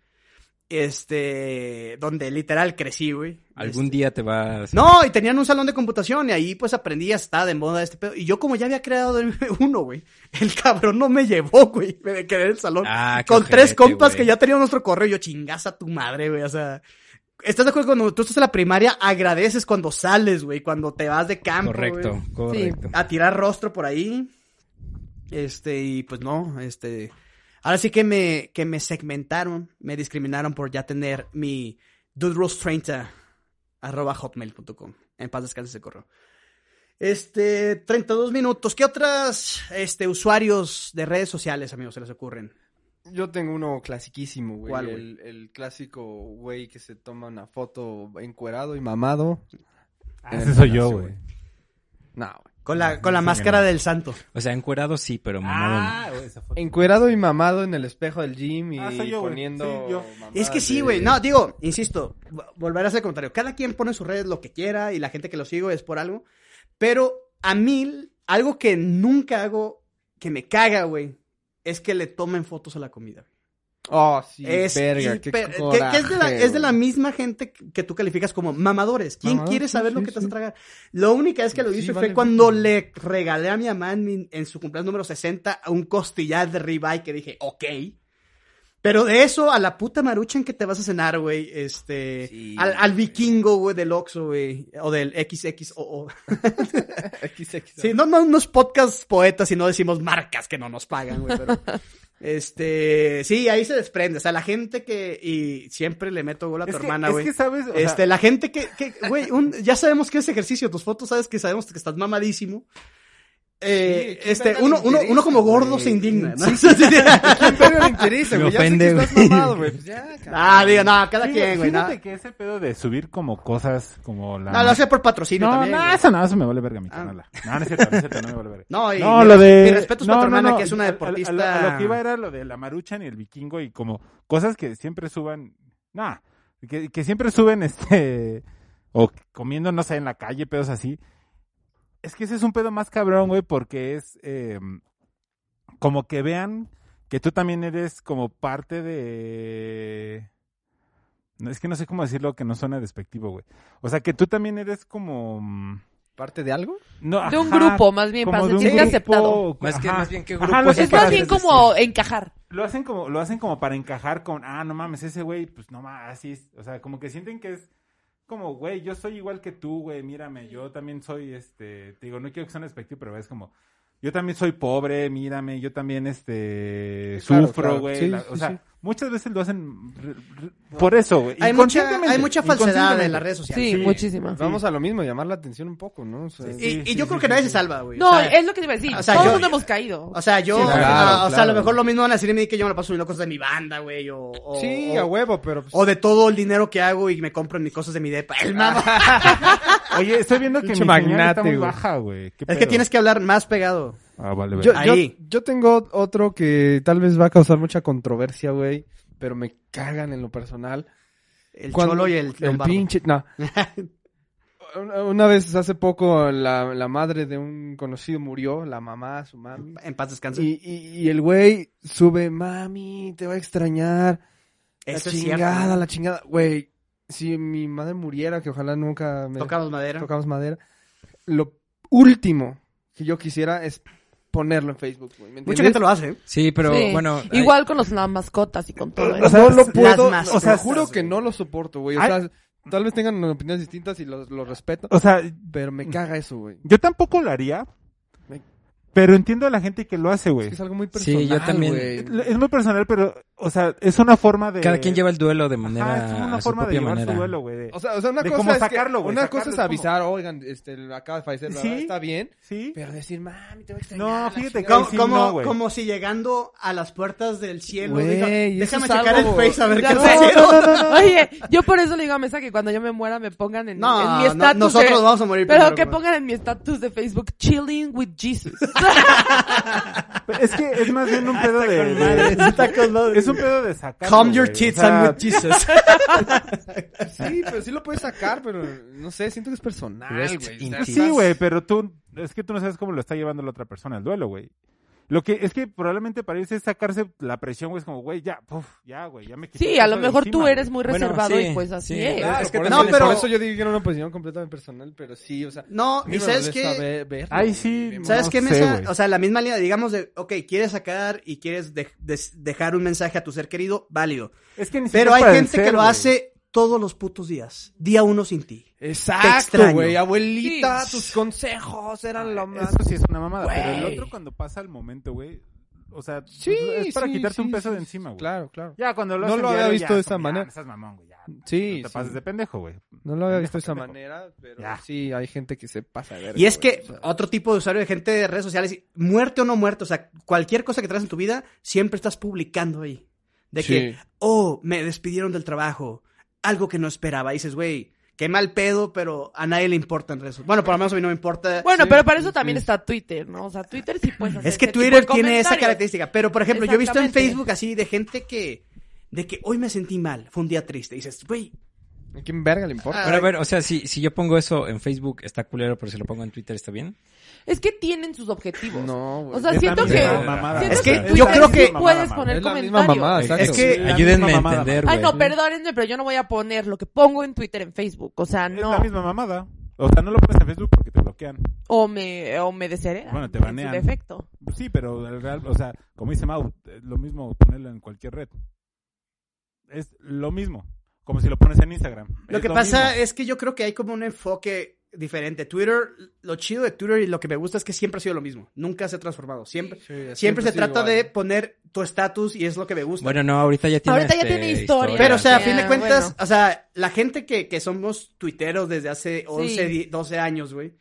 Speaker 1: Este, donde literal crecí, güey.
Speaker 3: Algún
Speaker 1: Este,
Speaker 3: día te vas...
Speaker 1: No, y tenían un salón de computación y ahí pues aprendí hasta de moda este pedo. Y yo como ya había creado de- uno, güey, el cabrón no me llevó, güey. Me quedé en el salón
Speaker 3: Ah, qué
Speaker 1: con
Speaker 3: ojete,
Speaker 1: tres compas
Speaker 3: güey.
Speaker 1: que ya tenían nuestro correo. y Yo chingas a tu madre, güey. O sea, ¿estás de acuerdo cuando tú estás en la primaria? Agradeces cuando sales, güey, cuando te vas de campo.
Speaker 3: Correcto,
Speaker 1: güey,
Speaker 3: correcto.
Speaker 1: a tirar rostro por ahí. Este, y pues no, este. Ahora sí que me, que me segmentaron, me discriminaron por ya tener mi duderules30 arroba hotmail.com. En paz descanse ese correo. Este, 32 minutos. ¿Qué otras este, usuarios de redes sociales, amigos, se les ocurren?
Speaker 5: Yo tengo uno clasiquísimo, güey.
Speaker 1: ¿Cuál, güey?
Speaker 5: el, el clásico güey que se toma una foto encuerado y mamado.
Speaker 2: Ah,
Speaker 5: en el
Speaker 2: ese soy yo,
Speaker 5: gimnasio,
Speaker 2: güey.
Speaker 5: No, güey.
Speaker 1: Con la, con la
Speaker 2: sí,
Speaker 1: máscara
Speaker 2: no.
Speaker 1: del santo.
Speaker 3: O sea, encuerado sí, pero mamado.
Speaker 2: Ah, güey, esa foto.
Speaker 5: Encuerado y mamado en el espejo del gym y
Speaker 2: Ah, soy yo, güey.
Speaker 5: poniendo.
Speaker 2: Sí, yo.
Speaker 5: mamadas
Speaker 1: Es que sí,
Speaker 5: de-
Speaker 1: güey. No, digo, insisto, vo- volver a hacer comentario. Cada quien pone en sus redes lo que quiera y la gente que lo sigo es por algo. Pero a mí, algo que nunca hago, que me caga, güey, es que le tomen fotos a la comida.
Speaker 5: Oh, sí,
Speaker 1: es,
Speaker 5: verga.
Speaker 1: hiper-
Speaker 5: qué
Speaker 1: que- que
Speaker 5: coraje,
Speaker 1: es, de la, es de la
Speaker 5: güey.
Speaker 1: misma gente que que tú calificas como mamadores. ¿Quién
Speaker 5: Mamadores,
Speaker 1: quiere
Speaker 5: sí,
Speaker 1: saber lo
Speaker 5: sí,
Speaker 1: que te vas a
Speaker 5: sí.
Speaker 1: tragar? Lo única vez que lo
Speaker 5: Sí,
Speaker 1: hice fue
Speaker 5: vale,
Speaker 1: cuando
Speaker 5: vale.
Speaker 1: le regalé a mi mamá en, mi- en su cumpleaños número 60 a un costillar de ribeye que dije, ok. Pero de eso a la puta marucha en que te vas a cenar, güey, este,
Speaker 5: Sí,
Speaker 1: al, al
Speaker 5: güey.
Speaker 1: vikingo, güey, del Oxxo, güey, o del XXOO.
Speaker 5: XX.
Speaker 1: Sí, no, no, no es podcast poetas y no decimos marcas que no nos pagan, güey, pero... Este, sí, ahí se desprende. O sea, la gente que. Y siempre le meto gol a tu
Speaker 2: Es que-
Speaker 1: hermana,
Speaker 2: es
Speaker 1: güey.
Speaker 2: que, ¿sabes? O sea,
Speaker 1: Este, la gente que, que güey, un- ya sabemos que es ejercicio, tus fotos sabes que sabemos que estás mamadísimo. Eh,
Speaker 5: Sí, ¿quién
Speaker 1: este,
Speaker 5: verga le
Speaker 1: uno, uno,
Speaker 5: interesa,
Speaker 1: uno como gordo
Speaker 5: güey?
Speaker 1: se indigna, ¿no?
Speaker 5: ¿Quién verga le interesa,
Speaker 3: Me
Speaker 5: güey? Ya sé que
Speaker 3: ofende,
Speaker 5: estás
Speaker 3: güey.
Speaker 5: mamado, güey. Pues ya, cabrón.
Speaker 1: ah, digo, no, cada
Speaker 2: sí,
Speaker 1: quien, güey,
Speaker 2: Fíjate
Speaker 1: no.
Speaker 2: que ese pedo de subir como cosas como la...
Speaker 1: No, lo hace por patrocinio
Speaker 2: No,
Speaker 1: también.
Speaker 2: no,
Speaker 1: güey.
Speaker 2: eso no, eso me vale verga mi
Speaker 1: Ah.
Speaker 2: canal. No, no es cierto, no es cierto, no me vale verga.
Speaker 1: No, y
Speaker 2: No,
Speaker 1: mi-
Speaker 2: lo de...
Speaker 1: mi respeto es
Speaker 2: no,
Speaker 1: para tu
Speaker 2: no,
Speaker 1: hermana,
Speaker 2: no,
Speaker 1: que es una
Speaker 2: a- a- a-
Speaker 1: deportista.
Speaker 2: A, lo- a lo que iba era lo de la maruchan y el vikingo y como cosas que siempre suban... Nah, que, que siempre suben este... O comiendo, no sé, en la calle, pedos así. Es que ese es un pedo más cabrón, güey, porque es... eh, como que vean que tú también eres como parte de... No, es que no sé cómo decirlo que no suena despectivo, güey. O sea, que tú también eres como... mm,
Speaker 5: ¿Parte de algo?
Speaker 2: No,
Speaker 4: De un
Speaker 2: ajá,
Speaker 4: grupo, más bien, para
Speaker 2: como de un
Speaker 4: sentirte
Speaker 2: grupo,
Speaker 4: aceptado.
Speaker 3: Más que-
Speaker 2: ajá.
Speaker 3: más bien que
Speaker 2: Ajá,
Speaker 3: grupo
Speaker 2: lo
Speaker 3: es
Speaker 2: hacen
Speaker 4: Es
Speaker 3: que
Speaker 2: para-
Speaker 4: más bien como encajar.
Speaker 2: lo hacen como lo hacen como para encajar con ah no mames ese güey pues no mames así es o sea como que sienten que es como güey yo soy igual que tú güey mírame yo también soy este te digo no quiero que sea despectivo pero es como yo también soy pobre mírame yo también este
Speaker 5: Sí, claro,
Speaker 2: sufro
Speaker 5: claro.
Speaker 2: güey
Speaker 5: Sí,
Speaker 2: la-
Speaker 5: sí,
Speaker 2: o sea
Speaker 5: sí.
Speaker 2: Muchas veces lo hacen re- re- por eso, güey.
Speaker 1: Hay mucha,
Speaker 2: inconscientemente,
Speaker 1: hay mucha falsedad en
Speaker 2: inconscientemente.
Speaker 1: las redes sociales.
Speaker 4: Sí,
Speaker 2: Sí.
Speaker 4: muchísima.
Speaker 5: Vamos a lo mismo, llamar la atención un poco, ¿no? O sea,
Speaker 2: Sí.
Speaker 1: Y, y yo creo que nadie se salva, güey.
Speaker 4: No,
Speaker 1: o sea,
Speaker 4: es lo que te iba a decir.
Speaker 1: o sea,
Speaker 4: Todos
Speaker 1: yo-
Speaker 4: nos hemos caído.
Speaker 1: O sea, yo,
Speaker 4: Sí, claro,
Speaker 1: ah, o sea, a lo
Speaker 5: claro.
Speaker 1: mejor lo mismo van a decir a mí que yo me la paso subiendo cosas de mi banda, güey, o, o-
Speaker 5: Sí,
Speaker 1: o-
Speaker 5: a huevo, pero... pues,
Speaker 1: o de todo el dinero que hago y me compro en mis cosas de mi depa. El mamá.
Speaker 2: Oye, estoy viendo que mi
Speaker 5: Pinche
Speaker 2: señal
Speaker 5: magnate,
Speaker 2: está muy
Speaker 5: güey.
Speaker 2: baja, güey. ¿Qué
Speaker 1: es que
Speaker 2: pedo?
Speaker 1: tienes que hablar más pegado.
Speaker 2: Ah, vale,
Speaker 5: yo,
Speaker 2: vale.
Speaker 5: yo-
Speaker 1: ahí.
Speaker 5: yo tengo otro que tal vez va a causar mucha controversia, güey, pero me cagan en lo personal.
Speaker 1: El
Speaker 5: Cuando-
Speaker 1: cholo y el, lombardo.
Speaker 5: pinche, no. Una- Una vez hace poco la, la madre de un conocido murió, la mamá, su mami.
Speaker 1: En paz descanse.
Speaker 5: Y, y- y el güey sube, mami, te va a extrañar.
Speaker 1: Eso
Speaker 5: la
Speaker 1: es
Speaker 5: chingada,
Speaker 1: cierto.
Speaker 5: la chingada. Güey, si mi madre muriera, que ojalá nunca me
Speaker 1: Tocamos madera.
Speaker 5: tocamos madera. Lo último que yo quisiera es ponerlo en Facebook, güey. ¿me
Speaker 1: Mucha
Speaker 5: entiendes?
Speaker 1: gente lo hace. ¿eh?
Speaker 3: Sí, pero
Speaker 4: Sí.
Speaker 3: bueno. hay-
Speaker 4: Igual con los, las mascotas y con todo. eso.
Speaker 5: O sea, no lo
Speaker 1: las
Speaker 5: puedo,
Speaker 1: mascotas,
Speaker 5: o sea, juro
Speaker 1: güey.
Speaker 5: que no lo soporto, güey. O
Speaker 2: Ay.
Speaker 5: sea, tal vez tengan opiniones distintas y lo, lo respeto,
Speaker 2: O sea,
Speaker 5: pero me caga eso, güey.
Speaker 2: yo tampoco lo haría, pero entiendo a la gente que lo hace,
Speaker 5: Es
Speaker 2: güey.
Speaker 5: que es algo muy
Speaker 3: Sí,
Speaker 5: personal,
Speaker 3: yo también.
Speaker 5: güey.
Speaker 2: Es muy personal, pero, o sea, es una forma de...
Speaker 3: eh, Cada quien lleva el duelo de
Speaker 2: Ajá,
Speaker 3: manera.
Speaker 2: es como una
Speaker 3: a su
Speaker 2: forma de
Speaker 3: propia
Speaker 2: llevar
Speaker 3: manera.
Speaker 2: su duelo, güey. de-
Speaker 5: O sea, o sea, una
Speaker 2: De
Speaker 5: cosa
Speaker 2: cómo
Speaker 5: es que-
Speaker 2: sacarlo, güey,
Speaker 5: una
Speaker 2: sacarlo
Speaker 5: cosa es
Speaker 2: es
Speaker 5: avisar, oigan, este, lo acaba de fallecer, la
Speaker 2: Sí.
Speaker 5: verdad, está bien,
Speaker 2: ¿Sí?
Speaker 5: pero decir, mami, te voy a extrañar.
Speaker 2: No,
Speaker 5: la
Speaker 2: fíjate que
Speaker 1: Como,
Speaker 2: ahí sí
Speaker 1: como,
Speaker 2: no, güey.
Speaker 1: como si llegando a las puertas del cielo.
Speaker 5: Güey,
Speaker 1: diga,
Speaker 5: eso
Speaker 1: Déjame
Speaker 5: es
Speaker 1: checar
Speaker 5: algo-
Speaker 1: el Face a ver
Speaker 4: Ya
Speaker 1: qué
Speaker 4: no,
Speaker 1: sucedió.
Speaker 4: no, no, no, no. Oye, yo por eso le digo a Mesa que cuando yo me muera me pongan en, en
Speaker 1: No,
Speaker 4: mi
Speaker 1: no,
Speaker 4: estatus.
Speaker 1: nosotros
Speaker 4: de-
Speaker 1: vamos a morir
Speaker 4: Pero
Speaker 1: primero,
Speaker 4: que
Speaker 1: güey.
Speaker 4: pongan en mi estatus de Facebook Chilling with Jesus. Ah,
Speaker 2: Pero es que es más bien un pedo de... de- es un pedo de sacar.
Speaker 1: Calm your tits, I'm with Jesus.
Speaker 5: Sí, pero sí lo puedes sacar, pero no sé, siento que es personal, güey.
Speaker 3: Rest
Speaker 5: O sea,
Speaker 3: in
Speaker 5: estás-
Speaker 2: Sí, güey, pero tú... Es que tú no sabes cómo lo está llevando la otra persona el duelo, güey. Lo que es que probablemente para irse es sacarse la presión, güey. Es como, güey, ya, puf, ya, güey, ya me quité
Speaker 4: sí, a lo
Speaker 2: eso de
Speaker 4: mejor tú
Speaker 2: encima,
Speaker 4: eres
Speaker 2: güey.
Speaker 4: muy
Speaker 3: Bueno,
Speaker 4: reservado
Speaker 3: sí,
Speaker 4: y pues así
Speaker 3: sí.
Speaker 4: es.
Speaker 5: Claro,
Speaker 3: Es que
Speaker 5: por,
Speaker 1: también
Speaker 5: eso,
Speaker 1: es- pero-
Speaker 5: por eso yo digo que era una posición completamente personal, pero sí, o sea...
Speaker 1: No, y sabes
Speaker 5: que
Speaker 1: qué.
Speaker 2: Ay, sí.
Speaker 1: ¿Sabes
Speaker 2: No
Speaker 1: qué,
Speaker 2: sé,
Speaker 1: Mesa?
Speaker 2: güey.
Speaker 1: o sea, la misma línea, digamos, de, ok, quieres sacar y quieres de- des- dejar un mensaje a tu ser querido, válido.
Speaker 2: Es que ni
Speaker 1: Pero
Speaker 2: siquiera
Speaker 1: hay
Speaker 2: para
Speaker 1: gente
Speaker 2: vencer,
Speaker 1: que lo
Speaker 2: güey.
Speaker 1: hace todos los putos días. Día uno sin ti. Te
Speaker 5: Exacto,
Speaker 1: extraño.
Speaker 5: güey. Abuelita,
Speaker 4: Sí.
Speaker 5: tus consejos eran lo más...
Speaker 2: Eso sí es una mamada. Pero el
Speaker 5: Güey.
Speaker 2: otro cuando pasa el momento, güey. O sea,
Speaker 5: Sí,
Speaker 2: es para
Speaker 5: sí,
Speaker 2: quitarte
Speaker 5: sí,
Speaker 2: un peso de
Speaker 5: sí, sí,
Speaker 2: encima,
Speaker 5: sí,
Speaker 2: güey.
Speaker 5: Claro, claro.
Speaker 2: Ya, cuando lo
Speaker 5: No
Speaker 2: hacen
Speaker 5: lo había
Speaker 2: diario,
Speaker 5: visto
Speaker 2: ya,
Speaker 5: de
Speaker 2: es
Speaker 5: esa
Speaker 2: como, ya,
Speaker 5: manera.
Speaker 2: no seas mamón, güey, ya.
Speaker 5: Sí,
Speaker 2: No te
Speaker 5: sí.
Speaker 2: pases de pendejo, güey.
Speaker 5: No lo había visto de esa
Speaker 2: Pendejo.
Speaker 5: manera, pero
Speaker 2: Ya.
Speaker 5: sí, hay gente que se pasa de verga,
Speaker 1: Y es
Speaker 5: güey,
Speaker 1: que
Speaker 5: o sea.
Speaker 1: otro tipo de usuario de gente de redes sociales, muerte o no muerte, o sea, cualquier cosa que traes en tu vida, siempre estás publicando ahí. De que,
Speaker 5: Sí.
Speaker 1: oh, me despidieron del trabajo, algo que no esperaba. Y dices, güey, qué mal pedo, pero a nadie le importa en redes sociales. Bueno, por lo menos a mí no me importa.
Speaker 4: Bueno,
Speaker 5: Sí,
Speaker 4: pero para eso
Speaker 5: sí,
Speaker 4: también
Speaker 5: sí.
Speaker 4: está Twitter, ¿no? O sea, Twitter sí puedes hacer
Speaker 1: Es que
Speaker 4: ese tipo
Speaker 1: Twitter
Speaker 4: de
Speaker 1: tiene esa
Speaker 4: comentarios.
Speaker 1: característica. Pero, por ejemplo, yo he visto en
Speaker 4: Exactamente.
Speaker 1: Facebook así de gente que. De que hoy me sentí mal, fue un día triste. Y dices, güey,
Speaker 5: ¿A quién verga le importa?
Speaker 3: Pero a ver, o sea, si, si yo pongo eso en Facebook está culero, pero si lo pongo en Twitter está bien.
Speaker 4: Es que tienen sus
Speaker 1: Ah,
Speaker 4: objetivos.
Speaker 5: No, güey.
Speaker 4: O sea,
Speaker 2: Es
Speaker 4: siento
Speaker 2: también
Speaker 4: que.
Speaker 2: una mamada.
Speaker 4: siento
Speaker 1: Es que
Speaker 4: Twitter
Speaker 1: yo creo
Speaker 4: sí
Speaker 1: que-
Speaker 4: puedes
Speaker 2: mamada,
Speaker 4: poner
Speaker 5: es la misma
Speaker 4: comentarios.
Speaker 5: mamada, exacto.
Speaker 1: Es que-
Speaker 2: la
Speaker 3: Ayúdenme a
Speaker 2: misma mamada.
Speaker 3: entender, güey.
Speaker 4: Ay, no, perdónenme, pero yo no voy a poner lo que pongo en Twitter en Facebook. O sea,
Speaker 2: Es la
Speaker 4: no.
Speaker 2: misma mamada. O sea, no lo pones en Facebook porque te bloquean.
Speaker 4: O me, o me desheredan.
Speaker 2: Bueno, te
Speaker 4: en su
Speaker 2: banean.
Speaker 4: defecto.
Speaker 2: Pues sí, pero al real, o sea, como dice Mau, es lo mismo ponerlo en cualquier red. Es lo mismo. Como si lo pones en Instagram.
Speaker 1: Lo
Speaker 2: Es
Speaker 1: que pasa
Speaker 2: mismo.
Speaker 1: es que yo creo que hay como un enfoque diferente. Twitter, lo chido de Twitter y lo que me gusta es que siempre ha sido lo mismo. Nunca se ha transformado. Siempre,
Speaker 5: Sí, siempre
Speaker 1: siempre, se
Speaker 5: es
Speaker 1: trata
Speaker 5: igual.
Speaker 1: de poner tu estatus y es lo que me gusta.
Speaker 3: Bueno, no, ahorita ya tiene
Speaker 4: Ahorita ya
Speaker 3: este,
Speaker 4: tiene historia.
Speaker 1: pero, o sea, a
Speaker 4: ya,
Speaker 1: fin de cuentas,
Speaker 4: bueno.
Speaker 1: o sea, la gente que, que somos tuiteros desde hace 11,
Speaker 4: Sí.
Speaker 1: di- 12 años, güey.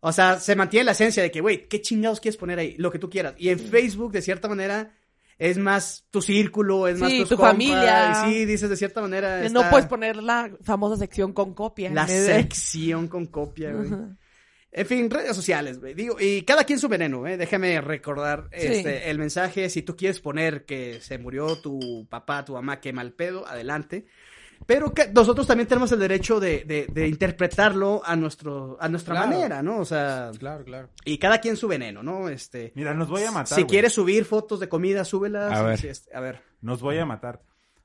Speaker 1: O sea, se mantiene la esencia de que, güey, ¿qué chingados quieres poner ahí? Lo que tú quieras. Y en Facebook, de cierta manera, es más tu círculo, es más
Speaker 4: Sí,
Speaker 1: tus
Speaker 4: tu
Speaker 1: compas,
Speaker 4: familia.
Speaker 1: Y sí, dices, de cierta manera.
Speaker 4: No
Speaker 1: está
Speaker 4: puedes poner la famosa sección con copia.
Speaker 1: La
Speaker 4: en vez de-
Speaker 1: sección con copia, güey.
Speaker 4: Ajá.
Speaker 1: En fin, redes sociales, güey. Digo, y cada quien su veneno, ¿eh? Déjame recordar
Speaker 4: Sí.
Speaker 1: este, el mensaje. Si tú quieres poner que se murió tu papá, tu mamá, qué mal pedo, adelante. Pero que nosotros también tenemos el derecho de, de- de interpretarlo a, nuestro, a nuestra
Speaker 5: Claro.
Speaker 1: manera, ¿no? O sea,
Speaker 5: Claro, claro.
Speaker 1: y cada quien su veneno, ¿no? Este,
Speaker 2: Mira, nos voy a matar.
Speaker 1: si
Speaker 2: güey.
Speaker 1: quieres subir fotos de comida, súbelas.
Speaker 3: A ver.
Speaker 1: Sí, este, a ver.
Speaker 2: Nos voy a matar.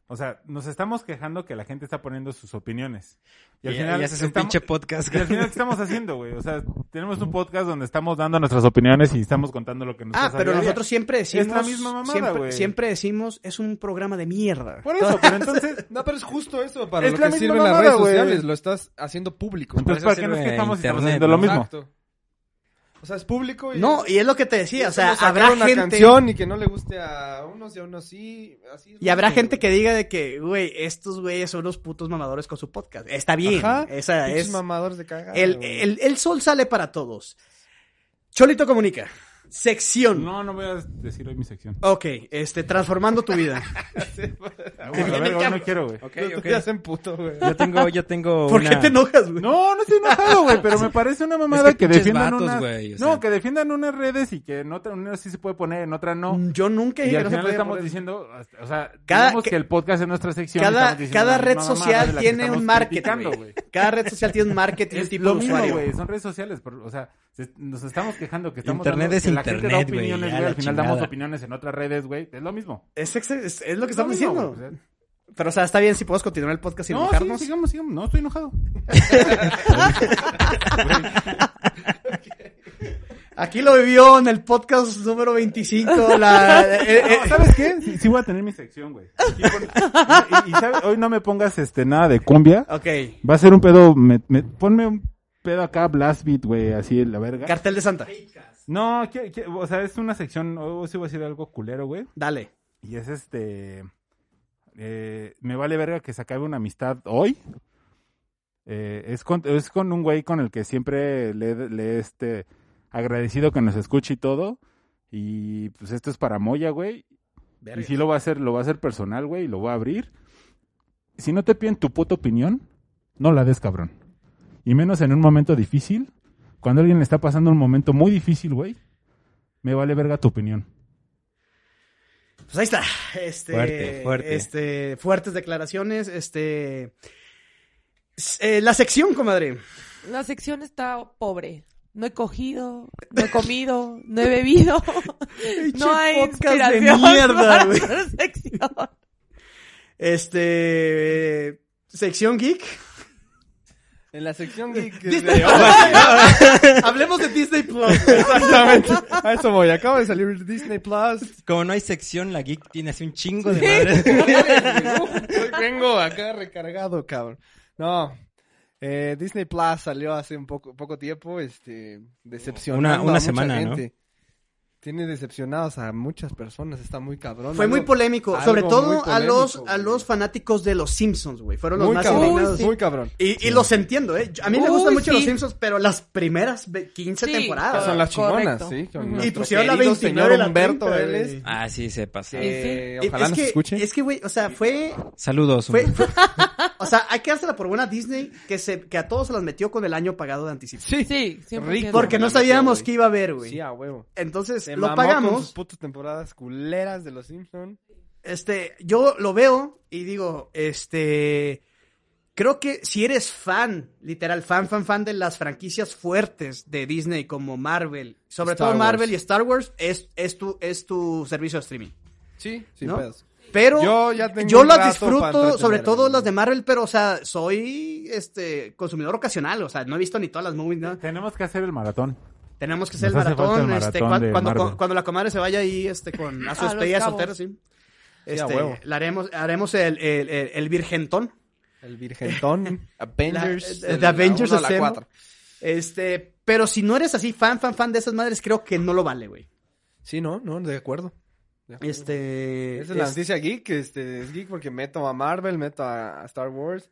Speaker 2: O sea, nos estamos quejando que la gente está poniendo sus opiniones.
Speaker 3: Y, y haces un
Speaker 2: estamos-
Speaker 3: pinche podcast.
Speaker 2: y al final, ¿qué estamos haciendo, güey? O sea, tenemos un podcast donde estamos dando nuestras opiniones y estamos contando lo que nos
Speaker 1: Ah,
Speaker 2: pasa
Speaker 1: pero
Speaker 2: día a día.
Speaker 1: nosotros siempre decimos.
Speaker 2: Es la misma mamada,
Speaker 1: siempre,
Speaker 2: güey.
Speaker 1: siempre decimos, es un programa de mierda.
Speaker 2: Por eso, pero entonces...
Speaker 5: No, pero es justo eso para
Speaker 2: Es
Speaker 5: lo
Speaker 2: la
Speaker 5: que
Speaker 2: misma
Speaker 5: sirven las
Speaker 2: mamada,
Speaker 5: redes
Speaker 2: güey.
Speaker 5: sociales. Lo estás haciendo público.
Speaker 2: Entonces,
Speaker 3: Para
Speaker 2: ¿para
Speaker 3: eso
Speaker 2: qué nos
Speaker 3: sirve
Speaker 2: quejamos si estamos
Speaker 3: internet,
Speaker 2: haciendo
Speaker 3: ¿no?
Speaker 2: lo mismo?
Speaker 5: Exacto. O sea, es público y...
Speaker 1: No, y es lo que te decía, o
Speaker 5: es
Speaker 1: sea,
Speaker 5: como sacar
Speaker 1: habrá
Speaker 5: una
Speaker 1: gente...
Speaker 5: canción y que no le guste a unos y a unos sí. Así es
Speaker 1: Y habrá
Speaker 5: mucho,
Speaker 1: gente que
Speaker 5: güey.
Speaker 1: diga de que, güey, estos güeyes son los putos mamadores con su podcast. Está bien.
Speaker 5: Ajá,
Speaker 1: esa
Speaker 5: pinches
Speaker 1: es.
Speaker 5: mamadores de cagada.
Speaker 1: El, eh,
Speaker 5: güey.
Speaker 1: el- el sol sale para todos. Cholito comunica. Sección.
Speaker 2: No, no voy a decir hoy mi sección.
Speaker 1: Ok, este, transformando tu vida.
Speaker 2: Ah, bueno, a ver, hoy no quiero, güey.
Speaker 3: Ok,
Speaker 5: Pero tú
Speaker 3: ok.
Speaker 5: te hacen puto, güey.
Speaker 3: Yo tengo, yo tengo
Speaker 1: ¿Por qué
Speaker 3: una-
Speaker 1: te enojas, güey?
Speaker 2: No, no estoy enojado, güey, pero me parece una mamada
Speaker 3: Es que
Speaker 2: que,
Speaker 3: pinches
Speaker 2: defiendan
Speaker 3: vatos,
Speaker 2: unas...
Speaker 3: güey, o sea.
Speaker 2: No, que defiendan unas redes y que en otra, en una sí se puede poner, en otra
Speaker 3: Mm.
Speaker 2: no.
Speaker 1: Yo nunca
Speaker 2: Y
Speaker 1: dije
Speaker 2: al
Speaker 1: que no se
Speaker 2: final
Speaker 1: podía
Speaker 2: estamos
Speaker 1: poner.
Speaker 2: diciendo, o sea,
Speaker 1: Cada-
Speaker 2: digamos
Speaker 1: que-
Speaker 2: que el podcast es nuestra sección.
Speaker 1: cada-
Speaker 2: estamos diciendo
Speaker 1: cada
Speaker 2: la
Speaker 1: red
Speaker 2: misma mamada
Speaker 1: social
Speaker 2: de la que
Speaker 1: tiene
Speaker 2: estamos
Speaker 1: un marketing,
Speaker 2: criticando,
Speaker 1: güey.
Speaker 2: güey.
Speaker 1: Cada red social tiene un marketing, un
Speaker 2: Es
Speaker 1: tipo
Speaker 2: lo
Speaker 1: de
Speaker 2: mismo,
Speaker 1: usuario.
Speaker 2: güey, son redes sociales, pero, o sea, se- nos estamos quejando que estamos
Speaker 3: Internet
Speaker 2: dando-
Speaker 3: es
Speaker 2: que la gente da
Speaker 3: internet, güey,
Speaker 2: opiniones,
Speaker 3: ya,
Speaker 2: güey,
Speaker 3: la
Speaker 2: al final damos
Speaker 3: chingada.
Speaker 2: opiniones en otras redes, güey, es lo mismo.
Speaker 1: Es, ex- es- es lo que
Speaker 2: Es lo
Speaker 1: estamos
Speaker 2: mismo,
Speaker 1: diciendo.
Speaker 2: güey, o sea.
Speaker 1: Pero, o sea, está bien si podemos continuar el podcast sin
Speaker 2: No, sí,
Speaker 1: enojarnos.
Speaker 2: sigamos, sigamos, no estoy enojado.
Speaker 1: Aquí lo vivió en el podcast número 25. La, eh, eh,
Speaker 2: No, ¿Sabes qué? Sí, sí voy a tener mi sección, güey. Aquí pon- Y, y, ¿sabes? hoy no me pongas este nada de cumbia.
Speaker 1: ok.
Speaker 2: Va a ser un pedo, me- me- ponme un pedo acá, blast beat, güey, así en la verga.
Speaker 1: Cartel de Santa.
Speaker 2: no, qui- qui- o sea, es una sección, o sí voy a decir algo culero, güey.
Speaker 1: Dale.
Speaker 2: Y es este. eh, me vale verga que se acabe una amistad hoy. Eh, es, con, es con un güey con el que siempre le, he- le he, este, agradecido que nos escuche y todo. Y pues esto es para Moya, güey. Y sí lo va a hacer, lo va a hacer personal, güey, y lo va a abrir. Si no te piden tu puta opinión, no la des, cabrón. Y menos en un momento difícil, cuando alguien le está pasando un momento muy difícil, güey, me vale verga tu opinión.
Speaker 1: Pues ahí está. Este,
Speaker 3: Fuerte, fuerte.
Speaker 1: Este, fuertes declaraciones. Este. s- eh, la sección, comadre.
Speaker 4: La sección está pobre. No he cogido, no he comido, no he bebido. no hay
Speaker 1: podcast de
Speaker 4: inspiración
Speaker 1: mierda,
Speaker 4: para
Speaker 1: güey.
Speaker 4: hacer sección.
Speaker 1: Este. eh, sección geek.
Speaker 5: En la sección geek de-
Speaker 1: Hablemos de Disney Plus.
Speaker 5: Exactamente. A eso voy. Acaba de salir Disney Plus.
Speaker 3: Como no hay sección, la geek tiene así un chingo de madres.
Speaker 5: Hoy vengo acá recargado, cabrón. No. eh, Disney Plus salió hace un poco, poco tiempo, este, decepcionando
Speaker 3: Una-
Speaker 5: a
Speaker 3: una
Speaker 5: mucha
Speaker 3: semana, ¿no?
Speaker 5: gente. Tiene decepcionados a muchas personas, está muy cabrón.
Speaker 1: Fue muy
Speaker 5: Algo-
Speaker 1: polémico.
Speaker 5: algo
Speaker 1: Sobre
Speaker 5: muy
Speaker 1: todo a
Speaker 5: polémico,
Speaker 1: los, a
Speaker 5: güey.
Speaker 1: los fanáticos de los Simpsons, güey. Fueron los
Speaker 5: muy
Speaker 1: más
Speaker 5: cabrón,
Speaker 1: indignados.
Speaker 5: muy cabrón.
Speaker 1: Y, y los entiendo, ¿eh? Yo- A mí me
Speaker 4: Uy,
Speaker 1: gustan mucho
Speaker 4: sí.
Speaker 1: los Simpsons, pero las primeras ve- 15
Speaker 4: Sí.
Speaker 1: temporadas.
Speaker 5: Estas son las chingonas,
Speaker 4: Correcto.
Speaker 5: sí. con
Speaker 4: Y
Speaker 5: nuestro
Speaker 1: pusieron la
Speaker 5: querido
Speaker 1: 29 y la
Speaker 5: señor Humberto
Speaker 1: 30,
Speaker 5: Vélez,
Speaker 1: güey.
Speaker 3: Ah, sí, se pasó.
Speaker 5: que
Speaker 1: Es-
Speaker 5: ojalá
Speaker 1: es
Speaker 5: nos
Speaker 1: que,
Speaker 5: escuche.
Speaker 1: Es que, güey, o sea, fue...
Speaker 3: Saludos.
Speaker 1: fue,
Speaker 3: hombre.
Speaker 1: fue- o sea, hay que dársela por buena a Disney que, se, que a todos se las metió con el año pagado de anticipo.
Speaker 5: Sí,
Speaker 4: Sí, 100%.
Speaker 5: Rico.
Speaker 1: Porque no
Speaker 5: la metió,
Speaker 1: sabíamos
Speaker 5: güey.
Speaker 1: que iba a haber, güey.
Speaker 5: Sí, a huevo.
Speaker 1: Entonces,
Speaker 5: Se
Speaker 1: lo
Speaker 5: mamó Con sus
Speaker 1: pagamos.
Speaker 5: putas temporadas culeras de los Simpsons.
Speaker 1: Este, yo lo veo y digo, este... Creo que si eres fan, literal, fan, fan, fan de las franquicias fuertes de Disney como Marvel, sobre
Speaker 5: Star
Speaker 1: todo Marvel
Speaker 5: Wars.
Speaker 1: y Star Wars, es, es, tu, es tu servicio de streaming.
Speaker 5: Sí, sin
Speaker 1: ¿No?
Speaker 5: pedos.
Speaker 1: Pero yo,
Speaker 5: Yo ya tengo un
Speaker 1: las
Speaker 5: rato para
Speaker 1: disfruto,
Speaker 5: entretenerme.
Speaker 1: sobre todo las de Marvel, pero, o sea, soy este consumidor ocasional, o sea, no he visto ni todas las movies, ¿no?
Speaker 2: Tenemos que hacer el maratón.
Speaker 1: Tenemos que hacer
Speaker 2: Nos
Speaker 1: el
Speaker 2: hace falta
Speaker 1: maratón,
Speaker 2: el
Speaker 1: este,
Speaker 2: maratón
Speaker 1: cua-
Speaker 2: de
Speaker 1: cuando,
Speaker 2: Marvel.
Speaker 1: cuando la comadre se vaya ahí este, con, a su
Speaker 4: A Los
Speaker 1: despedida
Speaker 4: Cabos.
Speaker 1: soltera, sí.
Speaker 5: Sí, a
Speaker 1: Este,
Speaker 5: huevo.
Speaker 1: la haremos, haremos el, el, el, el virgentón.
Speaker 5: El Virgentón, Avengers.
Speaker 1: La-
Speaker 5: de
Speaker 1: The Avengers
Speaker 5: la uno a la
Speaker 1: Assemble.
Speaker 5: cuatro.
Speaker 1: Este, pero si no eres así fan, fan, fan de esas madres, creo que no lo vale, güey.
Speaker 5: Sí, no, no, de acuerdo. De acuerdo.
Speaker 1: Este.
Speaker 5: Esa es la
Speaker 1: es-
Speaker 5: noticia geek. Este, es geek porque meto a Marvel, meto a a Star Wars.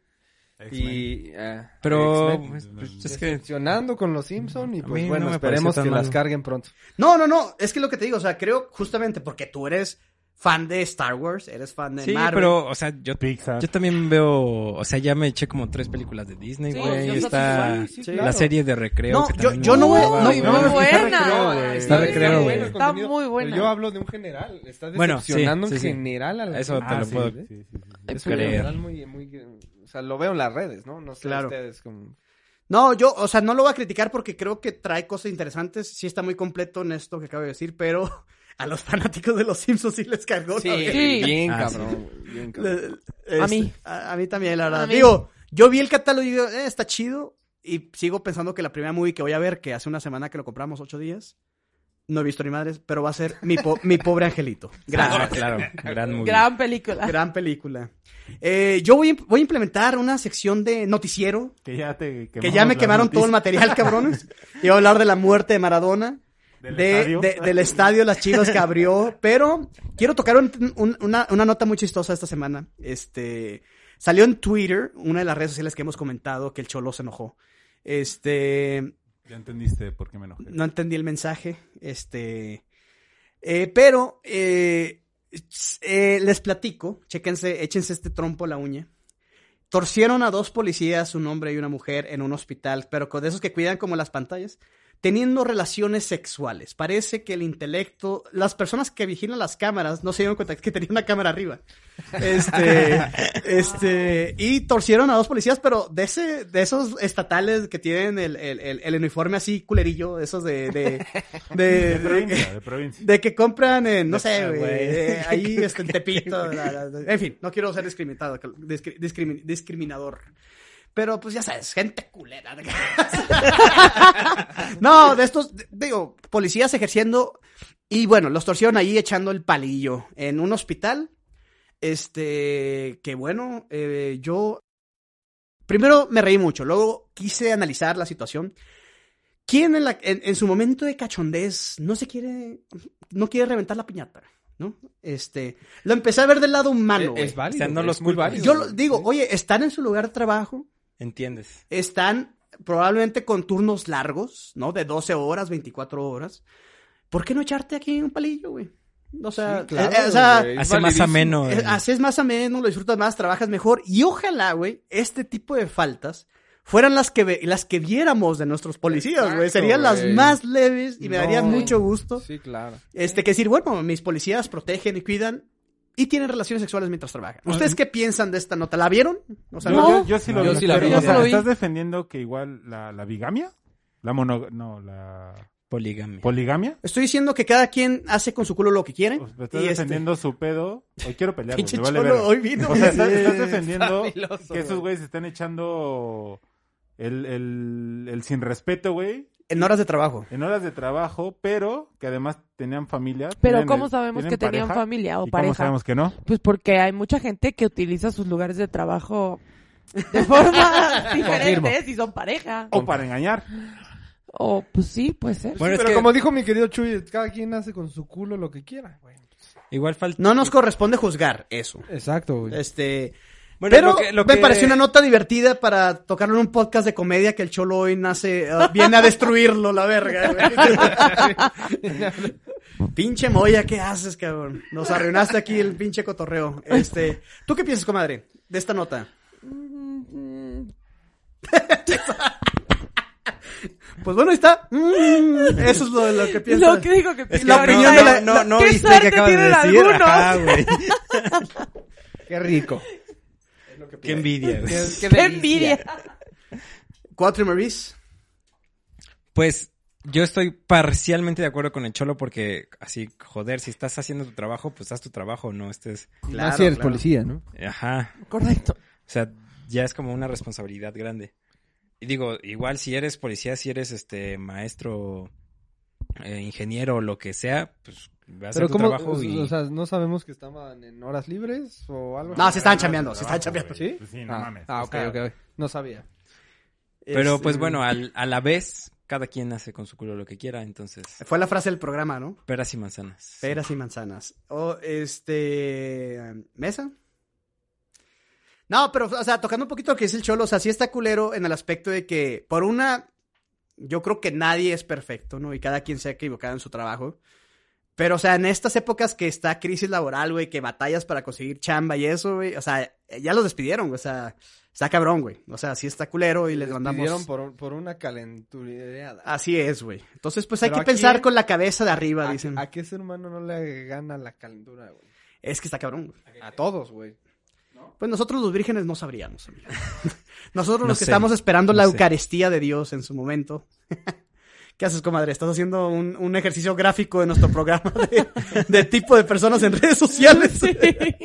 Speaker 5: Y. ah,
Speaker 3: Pero
Speaker 5: X-Men.
Speaker 3: pues, pues, es que
Speaker 5: Decepcionando con los Simpsons y
Speaker 3: A
Speaker 5: pues
Speaker 3: mí
Speaker 5: bueno,
Speaker 3: no me pareció
Speaker 5: esperemos que
Speaker 3: tan
Speaker 5: las
Speaker 3: malo.
Speaker 5: carguen pronto.
Speaker 1: No, no, no. Es que lo que te digo, o sea, creo justamente porque tú eres fan de Star Wars, eres fan de
Speaker 3: sí,
Speaker 1: Marvel.
Speaker 3: pero o sea, yo
Speaker 2: Pixar.
Speaker 3: yo también veo, o sea, ya me eché como tres películas de Disney,
Speaker 4: Sí,
Speaker 3: güey.
Speaker 4: yo
Speaker 3: Está
Speaker 4: creo que sí,
Speaker 5: sí,
Speaker 3: la
Speaker 5: claro.
Speaker 3: serie de recreo.
Speaker 1: No,
Speaker 3: que
Speaker 1: yo-
Speaker 3: también
Speaker 1: yo
Speaker 3: me
Speaker 1: no voy-
Speaker 3: gustaba,
Speaker 1: no,
Speaker 3: güey.
Speaker 1: no, no,
Speaker 4: buena.
Speaker 3: Está recreo,
Speaker 5: muy
Speaker 3: güey.
Speaker 5: bueno el
Speaker 4: Está
Speaker 5: contenido,
Speaker 4: muy buena.
Speaker 5: pero Yo hablo de un general. Está
Speaker 3: Bueno, sí,
Speaker 5: decepcionando
Speaker 3: sí, sí.
Speaker 5: en general a la
Speaker 3: Eso
Speaker 5: gente.
Speaker 3: te lo puedo-
Speaker 2: sí, sí, sí, sí.
Speaker 5: Es un
Speaker 3: creer.
Speaker 5: general muy, muy- O sea, lo veo en las redes, ¿no? No sé
Speaker 1: Claro.
Speaker 5: ustedes como...
Speaker 1: No, yo, o sea, no lo voy a criticar porque creo que trae cosas interesantes. Sí está muy completo en esto que acabo de decir, pero a los fanáticos de los Simpsons sí les cargó. la verga.
Speaker 4: Sí.
Speaker 5: bien
Speaker 3: Ah,
Speaker 5: cabrón, güey, bien cabrón.
Speaker 1: Le- este,
Speaker 4: A mí.
Speaker 1: A, a mí también, la verdad.
Speaker 4: A mí.
Speaker 1: Digo, yo vi el catálogo y digo, eh, está chido. Y sigo pensando que la primera movie que voy a ver, que hace una semana que lo compramos, ocho días, No he visto ni madres, pero va a ser mi, po- mi pobre angelito. Gracias.
Speaker 3: Ah, claro, gran movie.
Speaker 4: Gran
Speaker 2: Ah.
Speaker 4: película.
Speaker 1: Gran película. Eh, yo voy, a imp- voy a implementar una sección de noticiero,
Speaker 2: Que ya te
Speaker 1: que ya me quemaron todo el material, cabrones. Y voy a hablar de la muerte de Maradona,
Speaker 2: Del
Speaker 1: de-
Speaker 2: estadio.
Speaker 1: de- del estadio Las Chivas que abrió. Pero quiero tocar un- un- una, una nota muy chistosa esta semana. Este, salió en Twitter, una de las redes sociales que hemos comentado, que el Cholo se enojó. Este,
Speaker 2: Ya entendiste por qué me enojé.
Speaker 1: no entendí el mensaje. Este. eh, pero eh, s- eh, les platico. Chéquense, échense este trompo a la uña. Torcieron a dos policías, un hombre y una mujer, en un hospital, pero con de esos que cuidan como las pantallas, teniendo relaciones sexuales. Parece que el intelecto, las personas que vigilan las cámaras no se dieron cuenta que tenía una cámara arriba. Este, este, y torcieron a dos policías, pero de ese, de esos estatales que tienen el, el- el- el uniforme así culerillo, esos de, de, de-
Speaker 2: De provincia, de provincia.
Speaker 1: de que compran en, no sé,
Speaker 5: Ah,
Speaker 1: güey,
Speaker 5: güey.
Speaker 1: eh, ahí este, en Tepito. la- la- en fin, no quiero ser discriminado, discri- discrimi- discriminador. Pero pues ya sabes, gente culera. no, de estos, de- digo, policías ejerciendo y bueno, los torcieron ahí echando el palillo en un hospital. Este, que bueno, eh, yo primero me reí mucho, luego quise analizar la situación. ¿Quién en, la- en- en su momento de cachondez no se quiere, no quiere reventar la piñata? ¿No? Este, lo empecé a ver del lado humano.
Speaker 5: E, es,
Speaker 1: güey.
Speaker 5: es válido.
Speaker 3: O sea, no
Speaker 5: güey,
Speaker 3: los
Speaker 5: es muy
Speaker 3: culpo.
Speaker 5: válido,
Speaker 1: Yo lo-
Speaker 5: güey.
Speaker 1: digo, oye, están en su lugar de trabajo,
Speaker 3: ¿Entiendes?
Speaker 1: están probablemente con turnos largos, ¿no? De 12 horas, 24 horas. ¿Por qué no echarte aquí un palillo, güey? O sea,
Speaker 5: Sí, claro,
Speaker 1: eh, eh, o sea,
Speaker 5: güey, es
Speaker 3: Hace más
Speaker 5: validísimo.
Speaker 3: ameno.
Speaker 1: es-
Speaker 3: el-
Speaker 1: haces más ameno, lo disfrutas más, trabajas mejor. Y ojalá, güey, este tipo de faltas fueran las que, ve- las que viéramos de nuestros policías, güey.
Speaker 5: Exacto,
Speaker 1: Serían las
Speaker 5: güey.
Speaker 1: más leves y me darían
Speaker 5: No.
Speaker 1: mucho gusto.
Speaker 5: Sí, claro.
Speaker 1: Este, que decir, bueno, mis policías protegen y cuidan y tienen relaciones sexuales mientras trabajan. ¿Ustedes qué piensan de esta nota? ¿La vieron? O sea,
Speaker 2: Yo-
Speaker 4: No.
Speaker 2: yo, yo sí lo
Speaker 5: Yo
Speaker 2: vi.
Speaker 5: sí la
Speaker 2: pero,
Speaker 5: vi,
Speaker 2: o
Speaker 5: yo
Speaker 2: sea,
Speaker 4: lo vi.
Speaker 2: ¿Estás defendiendo que igual la, la bigamia? La mono... No, la...
Speaker 3: Poligamia.
Speaker 2: ¿Poligamia?
Speaker 1: Estoy diciendo que cada quien hace con su culo lo que quiere.
Speaker 2: O sea,
Speaker 1: y
Speaker 2: Pues, estás
Speaker 1: este-
Speaker 2: defendiendo su pedo. Hoy quiero pelear, güey,
Speaker 1: Pinche
Speaker 2: me vale
Speaker 1: cholo,
Speaker 2: verga.
Speaker 1: hoy vino,
Speaker 2: O
Speaker 1: güey.
Speaker 2: sea, estás, estás
Speaker 1: Sí.
Speaker 2: defendiendo
Speaker 5: Fabuloso,
Speaker 2: que esos
Speaker 5: güey.
Speaker 2: güeyes están echando el, el, el sin respeto, güey,
Speaker 1: En horas de trabajo.
Speaker 2: en horas de trabajo, pero que además tenían familia.
Speaker 4: Pero
Speaker 2: tienen
Speaker 4: ¿cómo
Speaker 2: el-
Speaker 4: sabemos
Speaker 2: eh, tienen
Speaker 4: que tenían
Speaker 2: pareja,
Speaker 4: familia o
Speaker 2: ¿Y ¿Cómo
Speaker 4: pareja?
Speaker 2: sabemos que no?
Speaker 4: Pues porque hay mucha gente que utiliza sus lugares de trabajo de forma diferentes y son pareja.
Speaker 2: O para engañar.
Speaker 4: O pues sí, puede ser.
Speaker 3: Bueno, es
Speaker 5: Pero
Speaker 3: que
Speaker 5: como dijo mi querido Chuy, cada quien hace con su culo lo que quiera, güey.
Speaker 3: igual falta...
Speaker 1: No nos corresponde juzgar eso.
Speaker 5: Exacto, güey.
Speaker 1: Este.
Speaker 3: Bueno,
Speaker 1: pero
Speaker 3: lo que- lo
Speaker 1: me
Speaker 3: que-
Speaker 1: pareció una nota divertida para tocarlo en un podcast de comedia que el cholo hoy nace, ah, viene a destruirlo, la verga. güey. pinche Moya, ¿qué haces, cabrón? Nos arruinaste aquí el pinche cotorreo. Este, ¿tú qué piensas, comadre, de esta nota?
Speaker 4: Mm, mm,
Speaker 1: Pues bueno, ahí está. Mm, eso es lo, lo que piensas.
Speaker 4: Lo que digo que
Speaker 3: Es que
Speaker 1: la
Speaker 3: no,
Speaker 1: opinión
Speaker 3: no,
Speaker 1: de la-
Speaker 3: no,
Speaker 1: la-
Speaker 3: no
Speaker 4: qué
Speaker 3: viste
Speaker 4: suerte
Speaker 3: que acabas de
Speaker 4: tienen
Speaker 3: decir.
Speaker 4: algunos.
Speaker 3: Ajá, güey.
Speaker 5: Qué rico.
Speaker 3: Qué envidia. güey.
Speaker 4: Qué envidia.
Speaker 1: Cuatro y Maurice.
Speaker 3: Pues yo estoy parcialmente de acuerdo con el Cholo porque así, joder, si estás haciendo tu trabajo, pues haz tu trabajo, no estés...
Speaker 1: Claro,
Speaker 5: si eres
Speaker 1: claro.
Speaker 5: Ah, policía, ¿no?
Speaker 3: Ajá.
Speaker 4: Correcto.
Speaker 3: O sea, ya es como una responsabilidad grande. Y digo, igual si eres policía, si eres este maestro, eh, ingeniero o lo que sea, pues vas a hacer
Speaker 5: Pero
Speaker 3: tu
Speaker 5: como,
Speaker 3: trabajo y...
Speaker 5: o sea, no sabemos que estaban en horas libres o algo.
Speaker 1: No,
Speaker 5: así?
Speaker 1: se están chambeando, se están chambeando.
Speaker 5: ¿Sí?
Speaker 2: Pues sí, no
Speaker 5: ah,
Speaker 2: mames.
Speaker 5: Ah,
Speaker 2: O
Speaker 5: ok,
Speaker 2: sea,
Speaker 5: ok, ok. No sabía.
Speaker 3: Pero
Speaker 1: Este,
Speaker 3: pues bueno, al- a la vez, cada quien hace con su culo lo que quiera, entonces...
Speaker 1: Fue la frase del programa, ¿no?
Speaker 3: Peras y manzanas.
Speaker 1: Peras y manzanas. O este. ¿Mesa? No, pero, o sea, tocando un poquito lo que dice el Cholo, o sea, sí está culero en el aspecto de que, por una, yo creo que nadie es perfecto, ¿no? Y cada quien se ha equivocado en su trabajo. Pero, o sea, en estas épocas que está crisis laboral, güey, que batallas para conseguir chamba y eso, güey, o sea, ya los despidieron, güey, o sea, está cabrón, güey. O sea, sí está culero y les mandamos.
Speaker 5: Pidieron por, por una calentureada.
Speaker 1: Así es, güey. Entonces, pues hay
Speaker 5: Pero
Speaker 1: que
Speaker 5: aquí-
Speaker 1: pensar con la cabeza de arriba,
Speaker 5: ¿A,
Speaker 1: dicen.
Speaker 5: ¿A qué ser humano no le gana la calentura, güey?
Speaker 1: Es que está cabrón, güey.
Speaker 5: A todos, güey.
Speaker 1: Pues nosotros los vírgenes no sabríamos, amigo. Nosotros
Speaker 3: No
Speaker 1: los que
Speaker 3: sé,
Speaker 1: estamos esperando
Speaker 3: no
Speaker 1: la
Speaker 3: sé.
Speaker 1: Eucaristía de Dios en su momento. ¿Qué haces, comadre? Estás haciendo un, un ejercicio gráfico de nuestro programa de, de tipo de personas en redes sociales.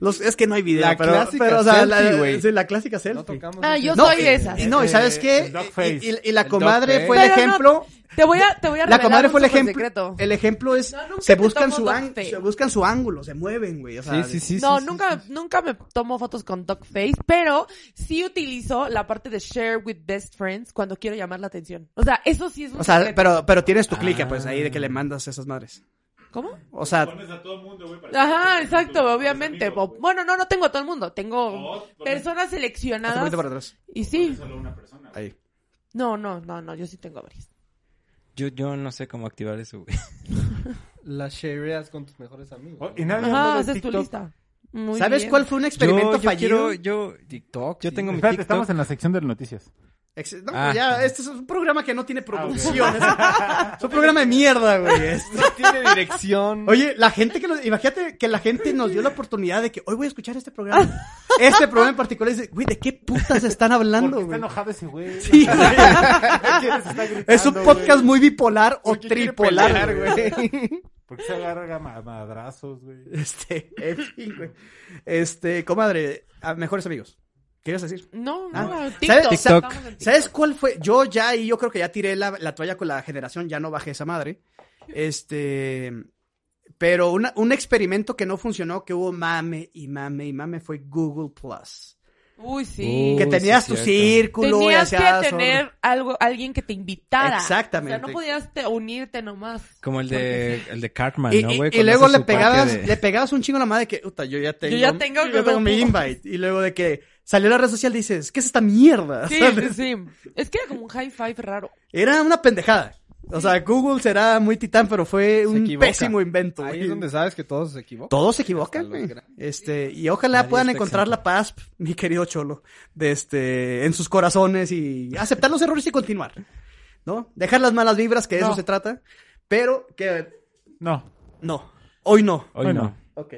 Speaker 1: Los, es que no hay video,
Speaker 5: La
Speaker 1: pero,
Speaker 5: clásica
Speaker 1: pero, o sea,
Speaker 5: selfie,
Speaker 1: la,
Speaker 5: güey.
Speaker 1: sí, la clásica selfie.
Speaker 5: No tocamos.
Speaker 4: Ah,
Speaker 5: ese
Speaker 4: yo
Speaker 5: tema.
Speaker 4: soy de esas.
Speaker 1: Y no, y sabes qué?
Speaker 2: El dog face.
Speaker 1: Y, y- y la
Speaker 5: El dog
Speaker 1: comadre
Speaker 5: face.
Speaker 1: fue el
Speaker 4: Pero no-
Speaker 1: ejemplo.
Speaker 4: Te voy a, te voy a
Speaker 1: La
Speaker 4: revelar
Speaker 1: comadre
Speaker 4: un
Speaker 1: fue el
Speaker 4: supersecreto.
Speaker 1: ejemplo. Eh, El ejemplo es
Speaker 4: No, nunca
Speaker 1: se
Speaker 4: te
Speaker 1: buscan
Speaker 4: tomo
Speaker 1: su
Speaker 4: dog
Speaker 1: ángulo,
Speaker 4: face.
Speaker 1: se buscan su ángulo, se mueven, güey, o sea,
Speaker 5: Sí, sí, sí.
Speaker 4: No,
Speaker 5: sí, sí,
Speaker 4: nunca, nunca me tomo fotos con Duckface, pero sí utilizo la parte de share with best friends cuando quiero llamar la atención. O sea, eso sí es un
Speaker 1: O sea,
Speaker 4: secreto.
Speaker 1: pero pero tienes tu clica
Speaker 3: Ah.
Speaker 1: pues ahí de que le mandas esas madres.
Speaker 4: ¿Cómo?
Speaker 1: O sea,
Speaker 2: Pones a todo mundo, güey, para
Speaker 4: Ajá,
Speaker 2: que-
Speaker 4: exacto,
Speaker 2: para tus
Speaker 4: obviamente.
Speaker 2: amigos, güey.
Speaker 4: Bueno, no, no tengo a todo el mundo. Tengo
Speaker 2: No, pones
Speaker 1: hasta un
Speaker 4: personas
Speaker 1: poquito para
Speaker 4: seleccionadas.
Speaker 1: atrás.
Speaker 4: Y sí.
Speaker 2: solo una persona, güey.
Speaker 4: No, no, no, no, yo sí tengo varias.
Speaker 3: Yo, yo no sé cómo activar eso, güey.
Speaker 5: sí. Las shareas con tus mejores amigos.
Speaker 2: Oh, y nadie
Speaker 4: Ajá,
Speaker 2: habló de
Speaker 4: haces tu
Speaker 2: TikTok.
Speaker 4: lista. Muy
Speaker 1: ¿Sabes
Speaker 4: bien.
Speaker 1: cuál fue un experimento
Speaker 3: yo, yo
Speaker 1: fallido?
Speaker 3: quiero- yo,
Speaker 5: TikTok.
Speaker 3: yo tengo mi
Speaker 2: Espérate,
Speaker 3: TikTok.
Speaker 2: estamos en la sección de noticias.
Speaker 1: Ex- No,
Speaker 3: Ah.
Speaker 1: ya, este es un programa que no tiene producciones. es un programa de mierda, güey. es-
Speaker 5: No tiene dirección.
Speaker 1: Oye, la gente que nos, imagínate que la gente nos dio la oportunidad de que hoy voy a escuchar este programa. Este programa en particular dice, güey, ¿de qué putas están
Speaker 2: ¿Por qué
Speaker 1: hablando,
Speaker 2: está
Speaker 1: güey?
Speaker 2: enojado ese güey?
Speaker 1: Sí, güey. Es un
Speaker 5: gritando,
Speaker 1: podcast
Speaker 5: güey?
Speaker 1: muy bipolar o
Speaker 5: ¿Por qué quiere
Speaker 1: tripolar,
Speaker 5: pelear,
Speaker 1: güey.
Speaker 5: güey?
Speaker 2: ¿Por qué se agarra a madrazos, güey?
Speaker 1: Este, en fin, güey. Este, comadre, a mejores amigos. ¿Qué ibas a decir?
Speaker 4: No,
Speaker 1: Ah.
Speaker 4: no, no,
Speaker 1: ¿Sabes-
Speaker 4: TikTok.
Speaker 3: TikTok.
Speaker 4: estamos en
Speaker 1: ¿Sabes cuál fue? Yo ya, y yo creo que ya tiré la, la toalla con la generación, ya no bajé esa madre. Este. Pero una- un experimento que no funcionó, que hubo mame y mame y mame, fue Google Plus.
Speaker 4: TikTok. Uy, sí.
Speaker 1: que
Speaker 3: Uy,
Speaker 1: tenías
Speaker 3: sí,
Speaker 1: tu
Speaker 3: cierto.
Speaker 1: círculo y
Speaker 4: Tenías
Speaker 1: hacías
Speaker 4: que
Speaker 1: un-
Speaker 4: tener algo, alguien que te invitara.
Speaker 1: Exactamente.
Speaker 4: O sea, no podías te- unirte nomás.
Speaker 3: Como el de, el de Cartman,
Speaker 1: Y,
Speaker 3: ¿no,
Speaker 1: y-
Speaker 3: güey?
Speaker 1: y
Speaker 3: Cuando
Speaker 1: luego
Speaker 3: hace
Speaker 1: le
Speaker 3: su parte
Speaker 1: pegabas,
Speaker 3: de-
Speaker 1: le pegabas un chingo a la madre que, puta, yo ya tengo,
Speaker 4: ya tengo
Speaker 1: yo
Speaker 4: Google
Speaker 1: tengo mi
Speaker 4: Plus".
Speaker 1: invite. Y luego de que salió la red social, dices, ¿qué es esta mierda?
Speaker 4: Sí,
Speaker 1: ¿Sabes?
Speaker 4: sí, sí. Es que era como un high five raro.
Speaker 1: Era una pendejada. O sea, Google será muy titán, pero fue un
Speaker 5: equivoca.
Speaker 1: pésimo invento.
Speaker 5: Ahí
Speaker 1: güey.
Speaker 5: es donde sabes que todos se equivocan.
Speaker 1: Todos se equivocan,
Speaker 5: Hasta los
Speaker 1: güey.
Speaker 5: grandes.
Speaker 1: Este, y ojalá
Speaker 3: Nadie
Speaker 1: puedan
Speaker 3: está
Speaker 1: encontrar la paz, mi querido Cholo, de este, en sus corazones y aceptar los errores y continuar. ¿No? Dejar las malas vibras, que de eso
Speaker 4: No.
Speaker 1: se trata. Pero que
Speaker 2: No,
Speaker 1: no. Hoy no.
Speaker 3: Hoy
Speaker 2: Bueno.
Speaker 3: no.
Speaker 1: Ok.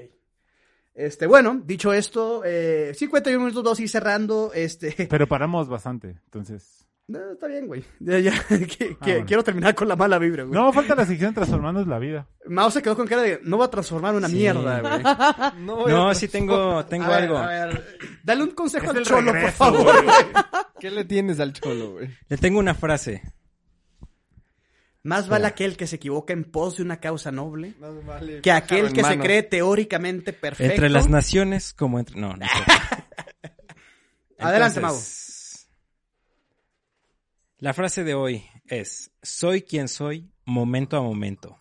Speaker 1: Este, bueno, dicho esto, eh, 51 minutos 2 y cerrando, este,
Speaker 2: pero paramos bastante, entonces...
Speaker 1: no, está bien, güey, ya, ya, que- que-
Speaker 2: bueno.
Speaker 1: quiero terminar con la mala vibra, güey.
Speaker 2: No, falta la sección Transformando la Vida.
Speaker 1: Mao se quedó con cara de, no va a transformar una
Speaker 3: Sí.
Speaker 1: mierda, güey.
Speaker 3: No, sí tengo, tengo
Speaker 1: A ver,
Speaker 3: algo.
Speaker 1: a ver, dale un consejo al
Speaker 2: el
Speaker 1: Cholo, por
Speaker 2: regreso,
Speaker 1: favor.
Speaker 5: ¿Qué le tienes al cholo, güey?
Speaker 3: Le tengo una frase.
Speaker 1: Más vale aquel que se equivoca en pos de una causa noble
Speaker 5: Más vale
Speaker 1: que
Speaker 5: pájaro
Speaker 1: aquel
Speaker 5: en
Speaker 1: que se
Speaker 5: mano.
Speaker 1: cree teóricamente perfecto.
Speaker 3: Entre las naciones como entre... No, no. sé.
Speaker 1: Adelante,
Speaker 3: Entonces, La frase de hoy es, soy quien soy, momento a momento.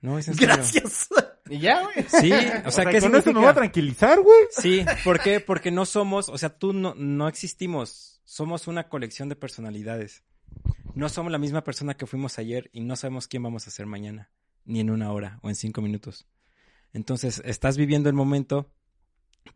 Speaker 3: No, es en serio.
Speaker 1: Gracias.
Speaker 5: Y ya, güey.
Speaker 3: Sí, o sea, ¿qué
Speaker 2: con esto me voy
Speaker 3: significa?
Speaker 2: a tranquilizar, güey.
Speaker 3: Sí, ¿por qué? Porque no somos, o sea, tú no, no existimos. Somos una colección de personalidades. No somos la misma persona que fuimos ayer y no sabemos quién vamos a ser mañana, ni en una hora o en cinco minutos. Entonces, estás viviendo el momento,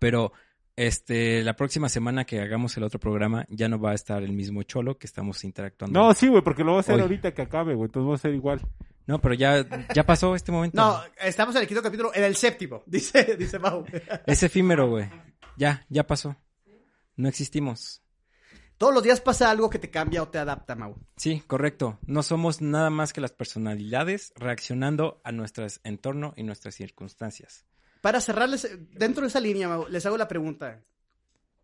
Speaker 3: pero este, la próxima semana que hagamos el otro programa ya no va a estar el mismo cholo que estamos interactuando.
Speaker 2: No, sí, güey, porque lo voy a hacer
Speaker 3: Hoy.
Speaker 2: ahorita que acabe, güey. Entonces voy a ser igual.
Speaker 3: No, pero ya, ya pasó este momento.
Speaker 1: No, estamos en el quinto capítulo, en el séptimo, dice, dice Mau.
Speaker 3: Es efímero, güey. Ya, ya pasó. No existimos.
Speaker 1: Todos los días pasa algo que te cambia o te adapta, Mau.
Speaker 3: Sí, correcto. No somos nada más que las personalidades reaccionando a nuestro entorno y nuestras circunstancias.
Speaker 1: Para cerrarles, eh, dentro de esa línea, Mau, les hago la pregunta.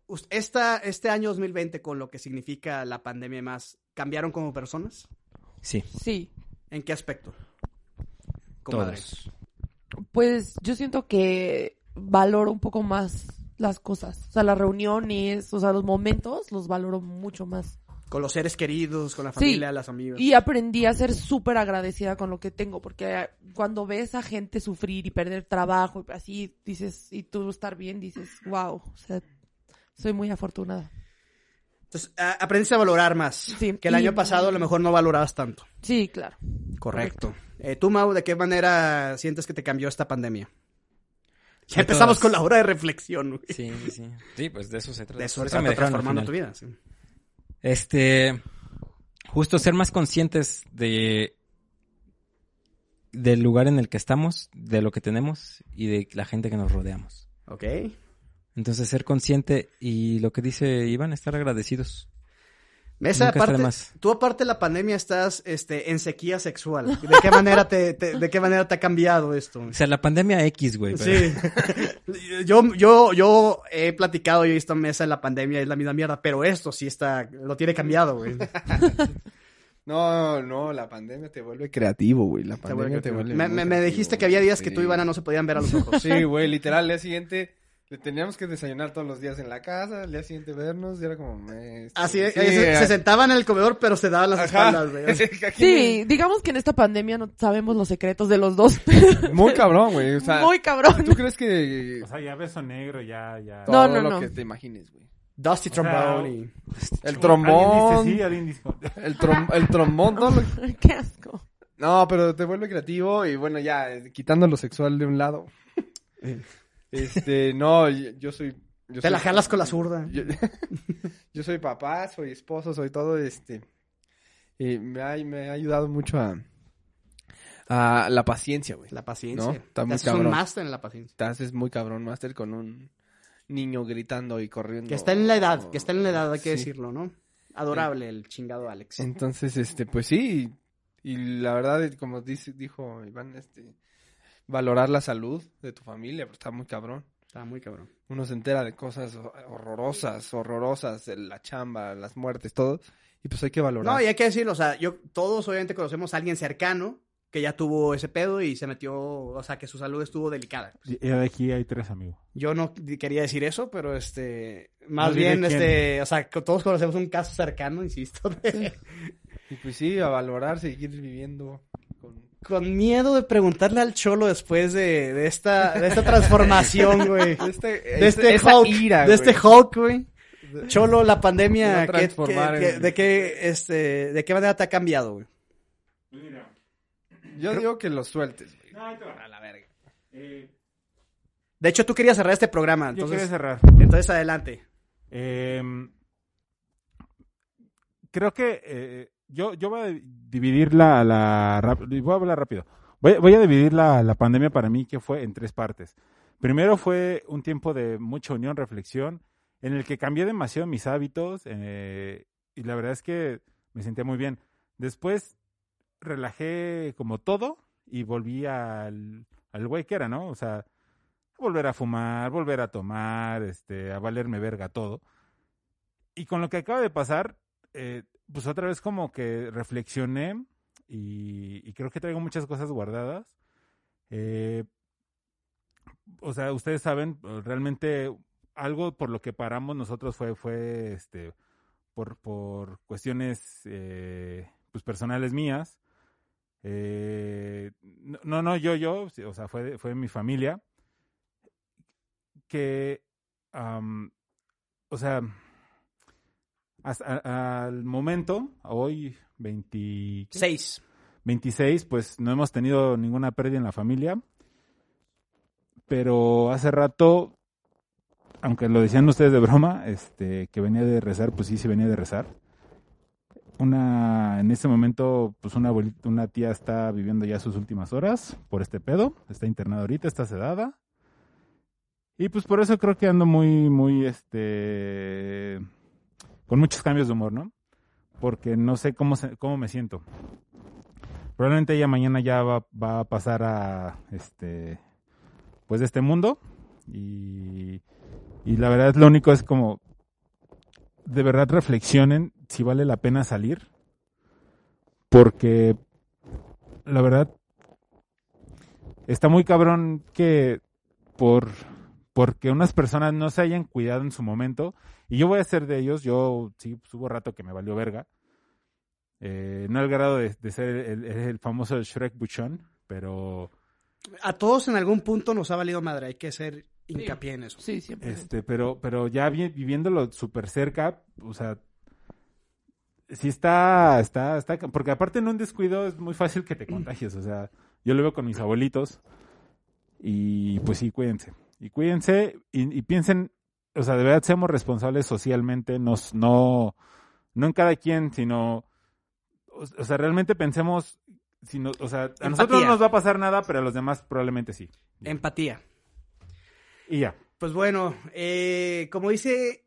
Speaker 1: Us- Esta, este año 2020, con lo que significa la pandemia y más, ¿cambiaron como personas?
Speaker 3: Sí,
Speaker 4: Sí.
Speaker 1: ¿En qué aspecto? Comadre.
Speaker 3: todos.
Speaker 4: Pues yo siento que valoro un poco más las cosas. O sea, las reuniones, o sea, los momentos los valoro mucho más.
Speaker 1: Con los seres queridos, con la
Speaker 4: Sí.
Speaker 1: familia, las amigas.
Speaker 4: Y aprendí a ser súper agradecida con lo que tengo, porque eh, cuando ves a gente sufrir y perder trabajo, y así dices, y tú estar bien, dices, wow, o sea, soy muy afortunada.
Speaker 1: Entonces, a- aprendiste a valorar más.
Speaker 4: Sí.
Speaker 1: Que el
Speaker 4: Y-
Speaker 1: año pasado a lo mejor no valorabas tanto.
Speaker 4: Sí, claro.
Speaker 1: Correcto. Eh, Tú, Mau, ¿de qué manera sientes que te cambió esta pandemia? Ya
Speaker 3: De
Speaker 1: empezamos
Speaker 3: todas.
Speaker 1: con la hora de reflexión. güey.
Speaker 3: Sí, sí, sí. Sí, pues de eso se trata.
Speaker 1: De eso
Speaker 3: Por
Speaker 1: se
Speaker 3: me
Speaker 1: trata
Speaker 3: dejaron al
Speaker 1: transformando
Speaker 3: final.
Speaker 1: tu vida. sí.
Speaker 3: Este, justo ser más conscientes de del lugar en el que estamos, de lo que tenemos y de la gente que nos rodeamos.
Speaker 1: Ok.
Speaker 3: Entonces ser consciente y lo que dice Iván, estar agradecidos.
Speaker 1: Mesa,
Speaker 3: Nunca está de
Speaker 1: aparte,
Speaker 3: más.
Speaker 1: tú aparte de la pandemia estás este, en sequía sexual. ¿De qué manera te, te- de qué manera te ha cambiado esto?
Speaker 3: O sea, la pandemia X, güey. pero-
Speaker 1: Sí. Yo, yo, yo he platicado y he visto mesa en la pandemia, es la misma mierda, pero esto sí está, lo tiene cambiado, güey.
Speaker 5: No, no, la pandemia te vuelve creativo, güey. La
Speaker 1: Te
Speaker 5: pandemia
Speaker 1: vuelve
Speaker 5: te
Speaker 1: creativo.
Speaker 5: vuelve
Speaker 1: Me,
Speaker 5: muy
Speaker 1: me- me
Speaker 5: creativo,
Speaker 1: dijiste que había días que tú
Speaker 5: sí.
Speaker 1: y Ivana no se podían ver a los ojos.
Speaker 5: Sí, güey, literal, al día siguiente le teníamos que desayunar todos los días en la casa, al día siguiente vernos, y era como... me- este,
Speaker 1: Así es, eh,
Speaker 5: sí,
Speaker 1: se, se
Speaker 5: ah,
Speaker 1: sentaban en el comedor, pero se daban las
Speaker 5: ajá.
Speaker 1: espaldas, güey.
Speaker 5: Aquí-
Speaker 4: Sí, digamos que en esta pandemia no sabemos los secretos de los dos, pero
Speaker 5: Muy cabrón, güey, o sea...
Speaker 4: muy cabrón.
Speaker 5: ¿Tú crees que...
Speaker 2: O sea, ya beso negro, ya, ya.
Speaker 4: No,
Speaker 5: todo
Speaker 4: no,
Speaker 5: lo
Speaker 4: no.
Speaker 5: que te imagines, güey.
Speaker 1: Dusty Trombone. y-
Speaker 5: Pues El
Speaker 2: Alguien
Speaker 5: trombón,
Speaker 2: dice sí, alguien dice no.
Speaker 5: el, trom- el trombón, todo lo-
Speaker 4: Qué asco.
Speaker 5: No, pero te vuelve creativo y bueno, ya, eh, quitando lo sexual de un lado. Este, no, yo, yo soy...
Speaker 1: Eh.
Speaker 5: yo
Speaker 1: Te
Speaker 5: soy-
Speaker 1: la jalas con la zurda.
Speaker 5: Yo, yo soy papá, soy esposo, soy todo, este... Y me ha, me ha ayudado mucho a... A la paciencia, güey.
Speaker 1: La paciencia.
Speaker 5: No, está
Speaker 1: Te
Speaker 5: muy
Speaker 1: haces un
Speaker 5: cabrón.
Speaker 1: máster en la paciencia.
Speaker 5: Te haces muy cabrón, Master, con un niño gritando y corriendo.
Speaker 1: Que está en la edad, que está en la edad, hay que
Speaker 5: Sí.
Speaker 1: decirlo, ¿no? Adorable el chingado Alex.
Speaker 5: Entonces, este, pues sí. Y la verdad, eh, como dice, dijo Iván, este, valorar la salud de tu familia, pero está muy cabrón.
Speaker 1: Está muy cabrón.
Speaker 5: Uno se entera de cosas ho- horrorosas, horrorosas, eh, la chamba, las muertes, todo. Y pues hay que valorar.
Speaker 1: No, y hay que decirlo, o sea, yo, todos obviamente conocemos a alguien cercano que ya tuvo ese pedo y se metió, o sea, que su salud estuvo delicada.
Speaker 2: Y- y de aquí hay tres amigos.
Speaker 1: Yo no di- quería decir eso, pero este, más
Speaker 2: No diré
Speaker 1: bien,
Speaker 2: quién.
Speaker 1: este, o sea, co- todos conocemos un caso cercano, insisto, de-
Speaker 5: Y pues sí, a valorar, seguir viviendo con...
Speaker 1: con miedo de preguntarle al cholo después de, de esta, de esta transformación, güey.
Speaker 5: Este,
Speaker 1: De este
Speaker 5: esa
Speaker 1: Hulk,
Speaker 5: ira,
Speaker 1: de este
Speaker 5: güey.
Speaker 1: Hulk, güey. Cholo, la pandemia,
Speaker 5: Te va a
Speaker 1: ¿qué-
Speaker 5: transformar
Speaker 1: qué-
Speaker 5: en-
Speaker 1: de qué, este, de qué manera te ha cambiado, güey?
Speaker 5: Yo digo que lo sueltes, güey.
Speaker 2: A la verga.
Speaker 1: De hecho, tú querías cerrar este programa,
Speaker 2: yo
Speaker 1: entonces,
Speaker 2: quería cerrar.
Speaker 1: entonces adelante.
Speaker 2: Em, creo que eh, yo, yo voy a dividir la... la rap- y voy a hablar rápido. Voy, voy a dividir la, la pandemia para mí que fue en tres partes. Primero fue un tiempo de mucha unión, reflexión, en el que cambié demasiado mis hábitos eh, y la verdad es que me sentía muy bien. Después relajé como todo y volví al, al güey que era, ¿no? O sea, volver a fumar, volver a tomar, este, a valerme verga todo. Y con lo que acaba de pasar, eh, pues otra vez como que reflexioné y, y creo que traigo muchas cosas guardadas. Eh, o sea, ustedes saben, realmente algo por lo que paramos nosotros fue, fue este, por, por cuestiones eh, pues personales mías. Eh, no, no, yo, yo, o sea, fue, fue mi familia que, am, o sea, hasta- a- al momento, hoy 20, ¿qué?
Speaker 1: Seis.
Speaker 2: 26, pues no hemos tenido ninguna pérdida en la familia. Pero hace rato, aunque lo decían ustedes de broma, este, que venía de rezar, pues sí, sí venía de rezar. Una, en este momento, pues una abuelita, una tía está viviendo ya sus últimas horas por este pedo. Está internada ahorita, está sedada. Y pues por eso creo que ando muy, muy, este, con muchos cambios de humor, ¿no? Porque no sé cómo, se- cómo me siento. Probablemente ella mañana ya va, va a pasar a este pues de este mundo y, y la verdad lo único es como de verdad reflexionen si vale la pena salir porque la verdad está muy cabrón que por porque unas personas no se hayan cuidado en su momento y yo voy a ser de ellos yo sí pues, hubo rato que me valió verga eh, no al grado de, de ser el, el- el famoso Shrek Buchón, pero
Speaker 1: A todos en algún punto nos ha valido madre, hay que ser hincapié en eso.
Speaker 4: Sí, siempre.
Speaker 2: este, pero, pero ya vi- viviéndolo súper cerca, o sea, sí está, está, está, ca- porque aparte en un descuido es muy fácil que te
Speaker 1: Mm.
Speaker 2: contagies, o sea, yo lo veo con mis abuelitos y pues sí, cuídense, y cuídense y, y piensen, o sea, de verdad seamos responsables socialmente, nos, no, no en cada quien, sino, o, o sea, realmente pensemos, si no- o sea, a nosotros
Speaker 1: Empatía.
Speaker 2: no nos va a pasar nada, pero a los demás probablemente sí,
Speaker 1: Empatía.
Speaker 2: y ya.
Speaker 1: Pues bueno, eh, como dice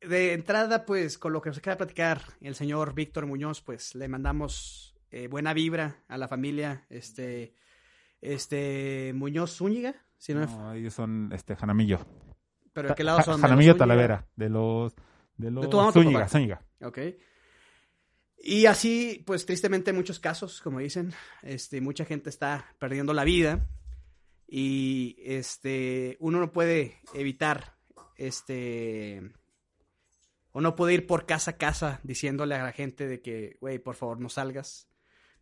Speaker 1: de entrada, pues, con lo que nos queda platicar, el señor Víctor Muñoz, pues, le mandamos eh, buena vibra a la familia, este, este, Muñoz Zúñiga, si no, me f-
Speaker 2: No, ellos son este Jaramillo.
Speaker 1: pero ¿de qué lado son? ¿De los
Speaker 2: Jaramillo
Speaker 1: Zúñiga?
Speaker 2: Talavera, de los de los
Speaker 1: tu mamá o tu
Speaker 2: Zúñiga,
Speaker 1: papá?
Speaker 2: Zúñiga.
Speaker 1: Ok. Y así, pues tristemente muchos casos, como dicen, este, mucha gente está perdiendo la vida y este, uno no puede evitar, este, o no puede ir por casa a casa diciéndole a la gente de que, güey, por favor, no salgas.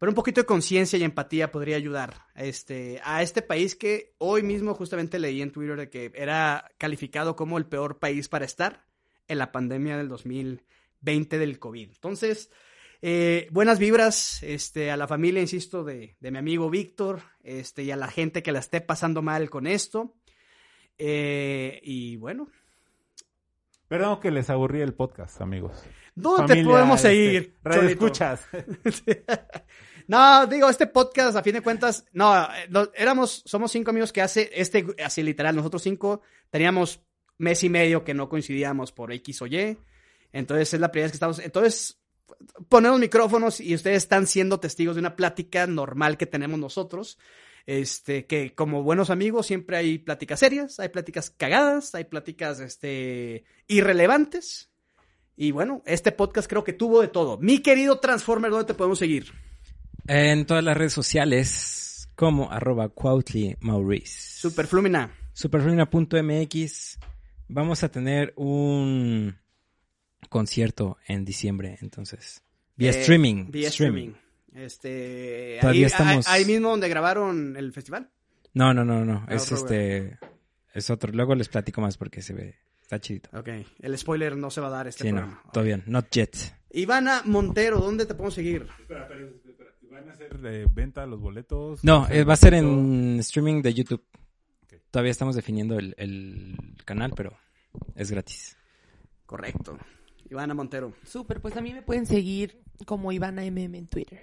Speaker 1: Pero un poquito de conciencia y empatía podría ayudar a este, a este país que hoy mismo justamente leí en Twitter de que era calificado como el peor país para estar en la pandemia del 2000. 20 del COVID. Entonces, eh, buenas vibras este, a la familia, insisto, de, de mi amigo Víctor este, y a la gente que la esté pasando mal con esto. Eh, y bueno,
Speaker 2: Perdón que les aburrí el podcast, amigos.
Speaker 1: ¿dónde te
Speaker 2: Familia,
Speaker 1: podemos
Speaker 2: este,
Speaker 1: seguir?
Speaker 2: Radio
Speaker 1: Cholito?
Speaker 2: escuchas.
Speaker 1: No, digo, este podcast, a fin de cuentas, no, eh, no, éramos, somos cinco amigos que hace, este, así literal, nosotros cinco teníamos mes y medio que no coincidíamos por X o Y, entonces es la primera vez que estamos, entonces ponemos micrófonos y ustedes están siendo testigos de una plática normal que tenemos nosotros, este, que como buenos amigos siempre hay pláticas serias, hay pláticas cagadas, hay pláticas, este, irrelevantes, y bueno, este podcast creo que tuvo de todo. Mi querido Transformer, ¿dónde te podemos seguir?
Speaker 3: En todas las redes sociales como arroba Cuautli Maurice.
Speaker 1: Superflumina.
Speaker 3: Superflumina.mx. Vamos a tener un concierto en diciembre, entonces. Vía
Speaker 1: Eh,
Speaker 3: streaming.
Speaker 1: Vía streaming. Este, ahí,
Speaker 3: Todavía estamos-
Speaker 1: ahí- ahí mismo donde grabaron el festival.
Speaker 3: No, no, no, no.
Speaker 1: Ah,
Speaker 3: es
Speaker 1: otro,
Speaker 3: este. Es otro. Luego les platico más porque se ve. Está chidito.
Speaker 1: Ok. El spoiler no se va a dar este
Speaker 3: sí,
Speaker 1: programa.
Speaker 3: no. Todo bien. Not yet.
Speaker 1: Ivana Montero, ¿dónde te podemos seguir?
Speaker 2: ¿Van a hacer de venta los boletos?
Speaker 3: No,
Speaker 2: ¿Hacer
Speaker 3: eh, va a ser
Speaker 2: evento?
Speaker 3: en streaming de YouTube. Todavía estamos definiendo el, el canal, pero es gratis.
Speaker 1: Correcto. Ivana Montero.
Speaker 4: Súper, pues a mí me pueden seguir como Ivana MM en Twitter.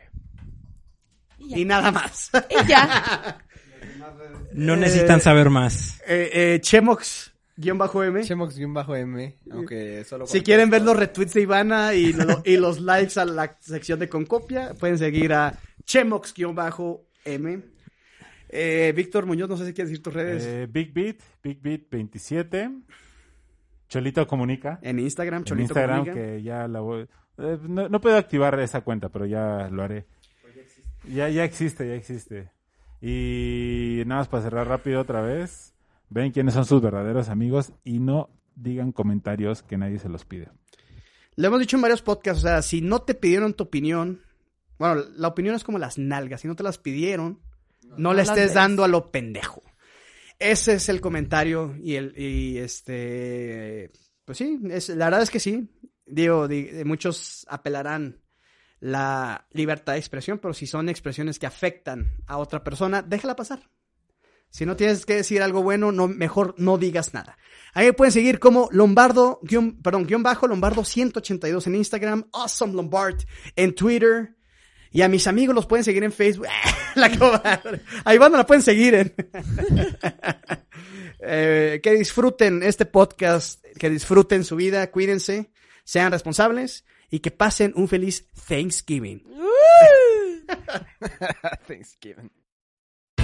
Speaker 4: Y ya.
Speaker 1: Y nada más.
Speaker 4: Y ya.
Speaker 3: No necesitan saber más.
Speaker 1: Eh, eh, Chemox-M.
Speaker 5: Chemox-M, aunque solo...
Speaker 1: si quieren ver los retweets de Ivana y, lo- y los likes a la sección de Concopia, pueden seguir a Chemox-M. Eh, Víctor Muñoz, no sé si quieres decir tus redes.
Speaker 2: Eh, Big Beat, Big Beat 27. Cholito Comunica.
Speaker 1: en Instagram,
Speaker 2: en
Speaker 1: Eh, Cholito
Speaker 2: Instagram,
Speaker 1: Comunica.
Speaker 2: que ya la voy... eh, no, no puedo activar esa cuenta, pero ya lo haré.
Speaker 1: Pues
Speaker 2: Ya, ya existe, ya existe. Y nada más para cerrar rápido otra vez. Ven quiénes son sus verdaderos amigos y no digan comentarios que nadie se los pide.
Speaker 1: Lo hemos dicho en varios podcasts, o sea, si no te pidieron tu opinión, bueno, la opinión es como las nalgas, si no te las pidieron, no, le
Speaker 4: las
Speaker 1: estés
Speaker 4: des.
Speaker 1: dando a lo pendejo. Ese es el comentario y el y este pues sí, es, la verdad es que sí. Digo, di- eh, muchos apelarán la libertad de expresión, pero si son expresiones que afectan a otra persona, déjala pasar. Si no tienes que decir algo bueno, no, mejor no digas nada. Ahí me pueden seguir como Lombardo, guión- perdón, guión bajo, Lombardo 182 en Instagram, Awesome Lombard en Twitter. Y a mis amigos los pueden seguir en Facebook. la comadre. A Iván la pueden seguir en. Eh, que disfruten este podcast, que disfruten su vida, cuídense, sean responsables y que pasen un feliz Thanksgiving.
Speaker 5: Thanksgiving.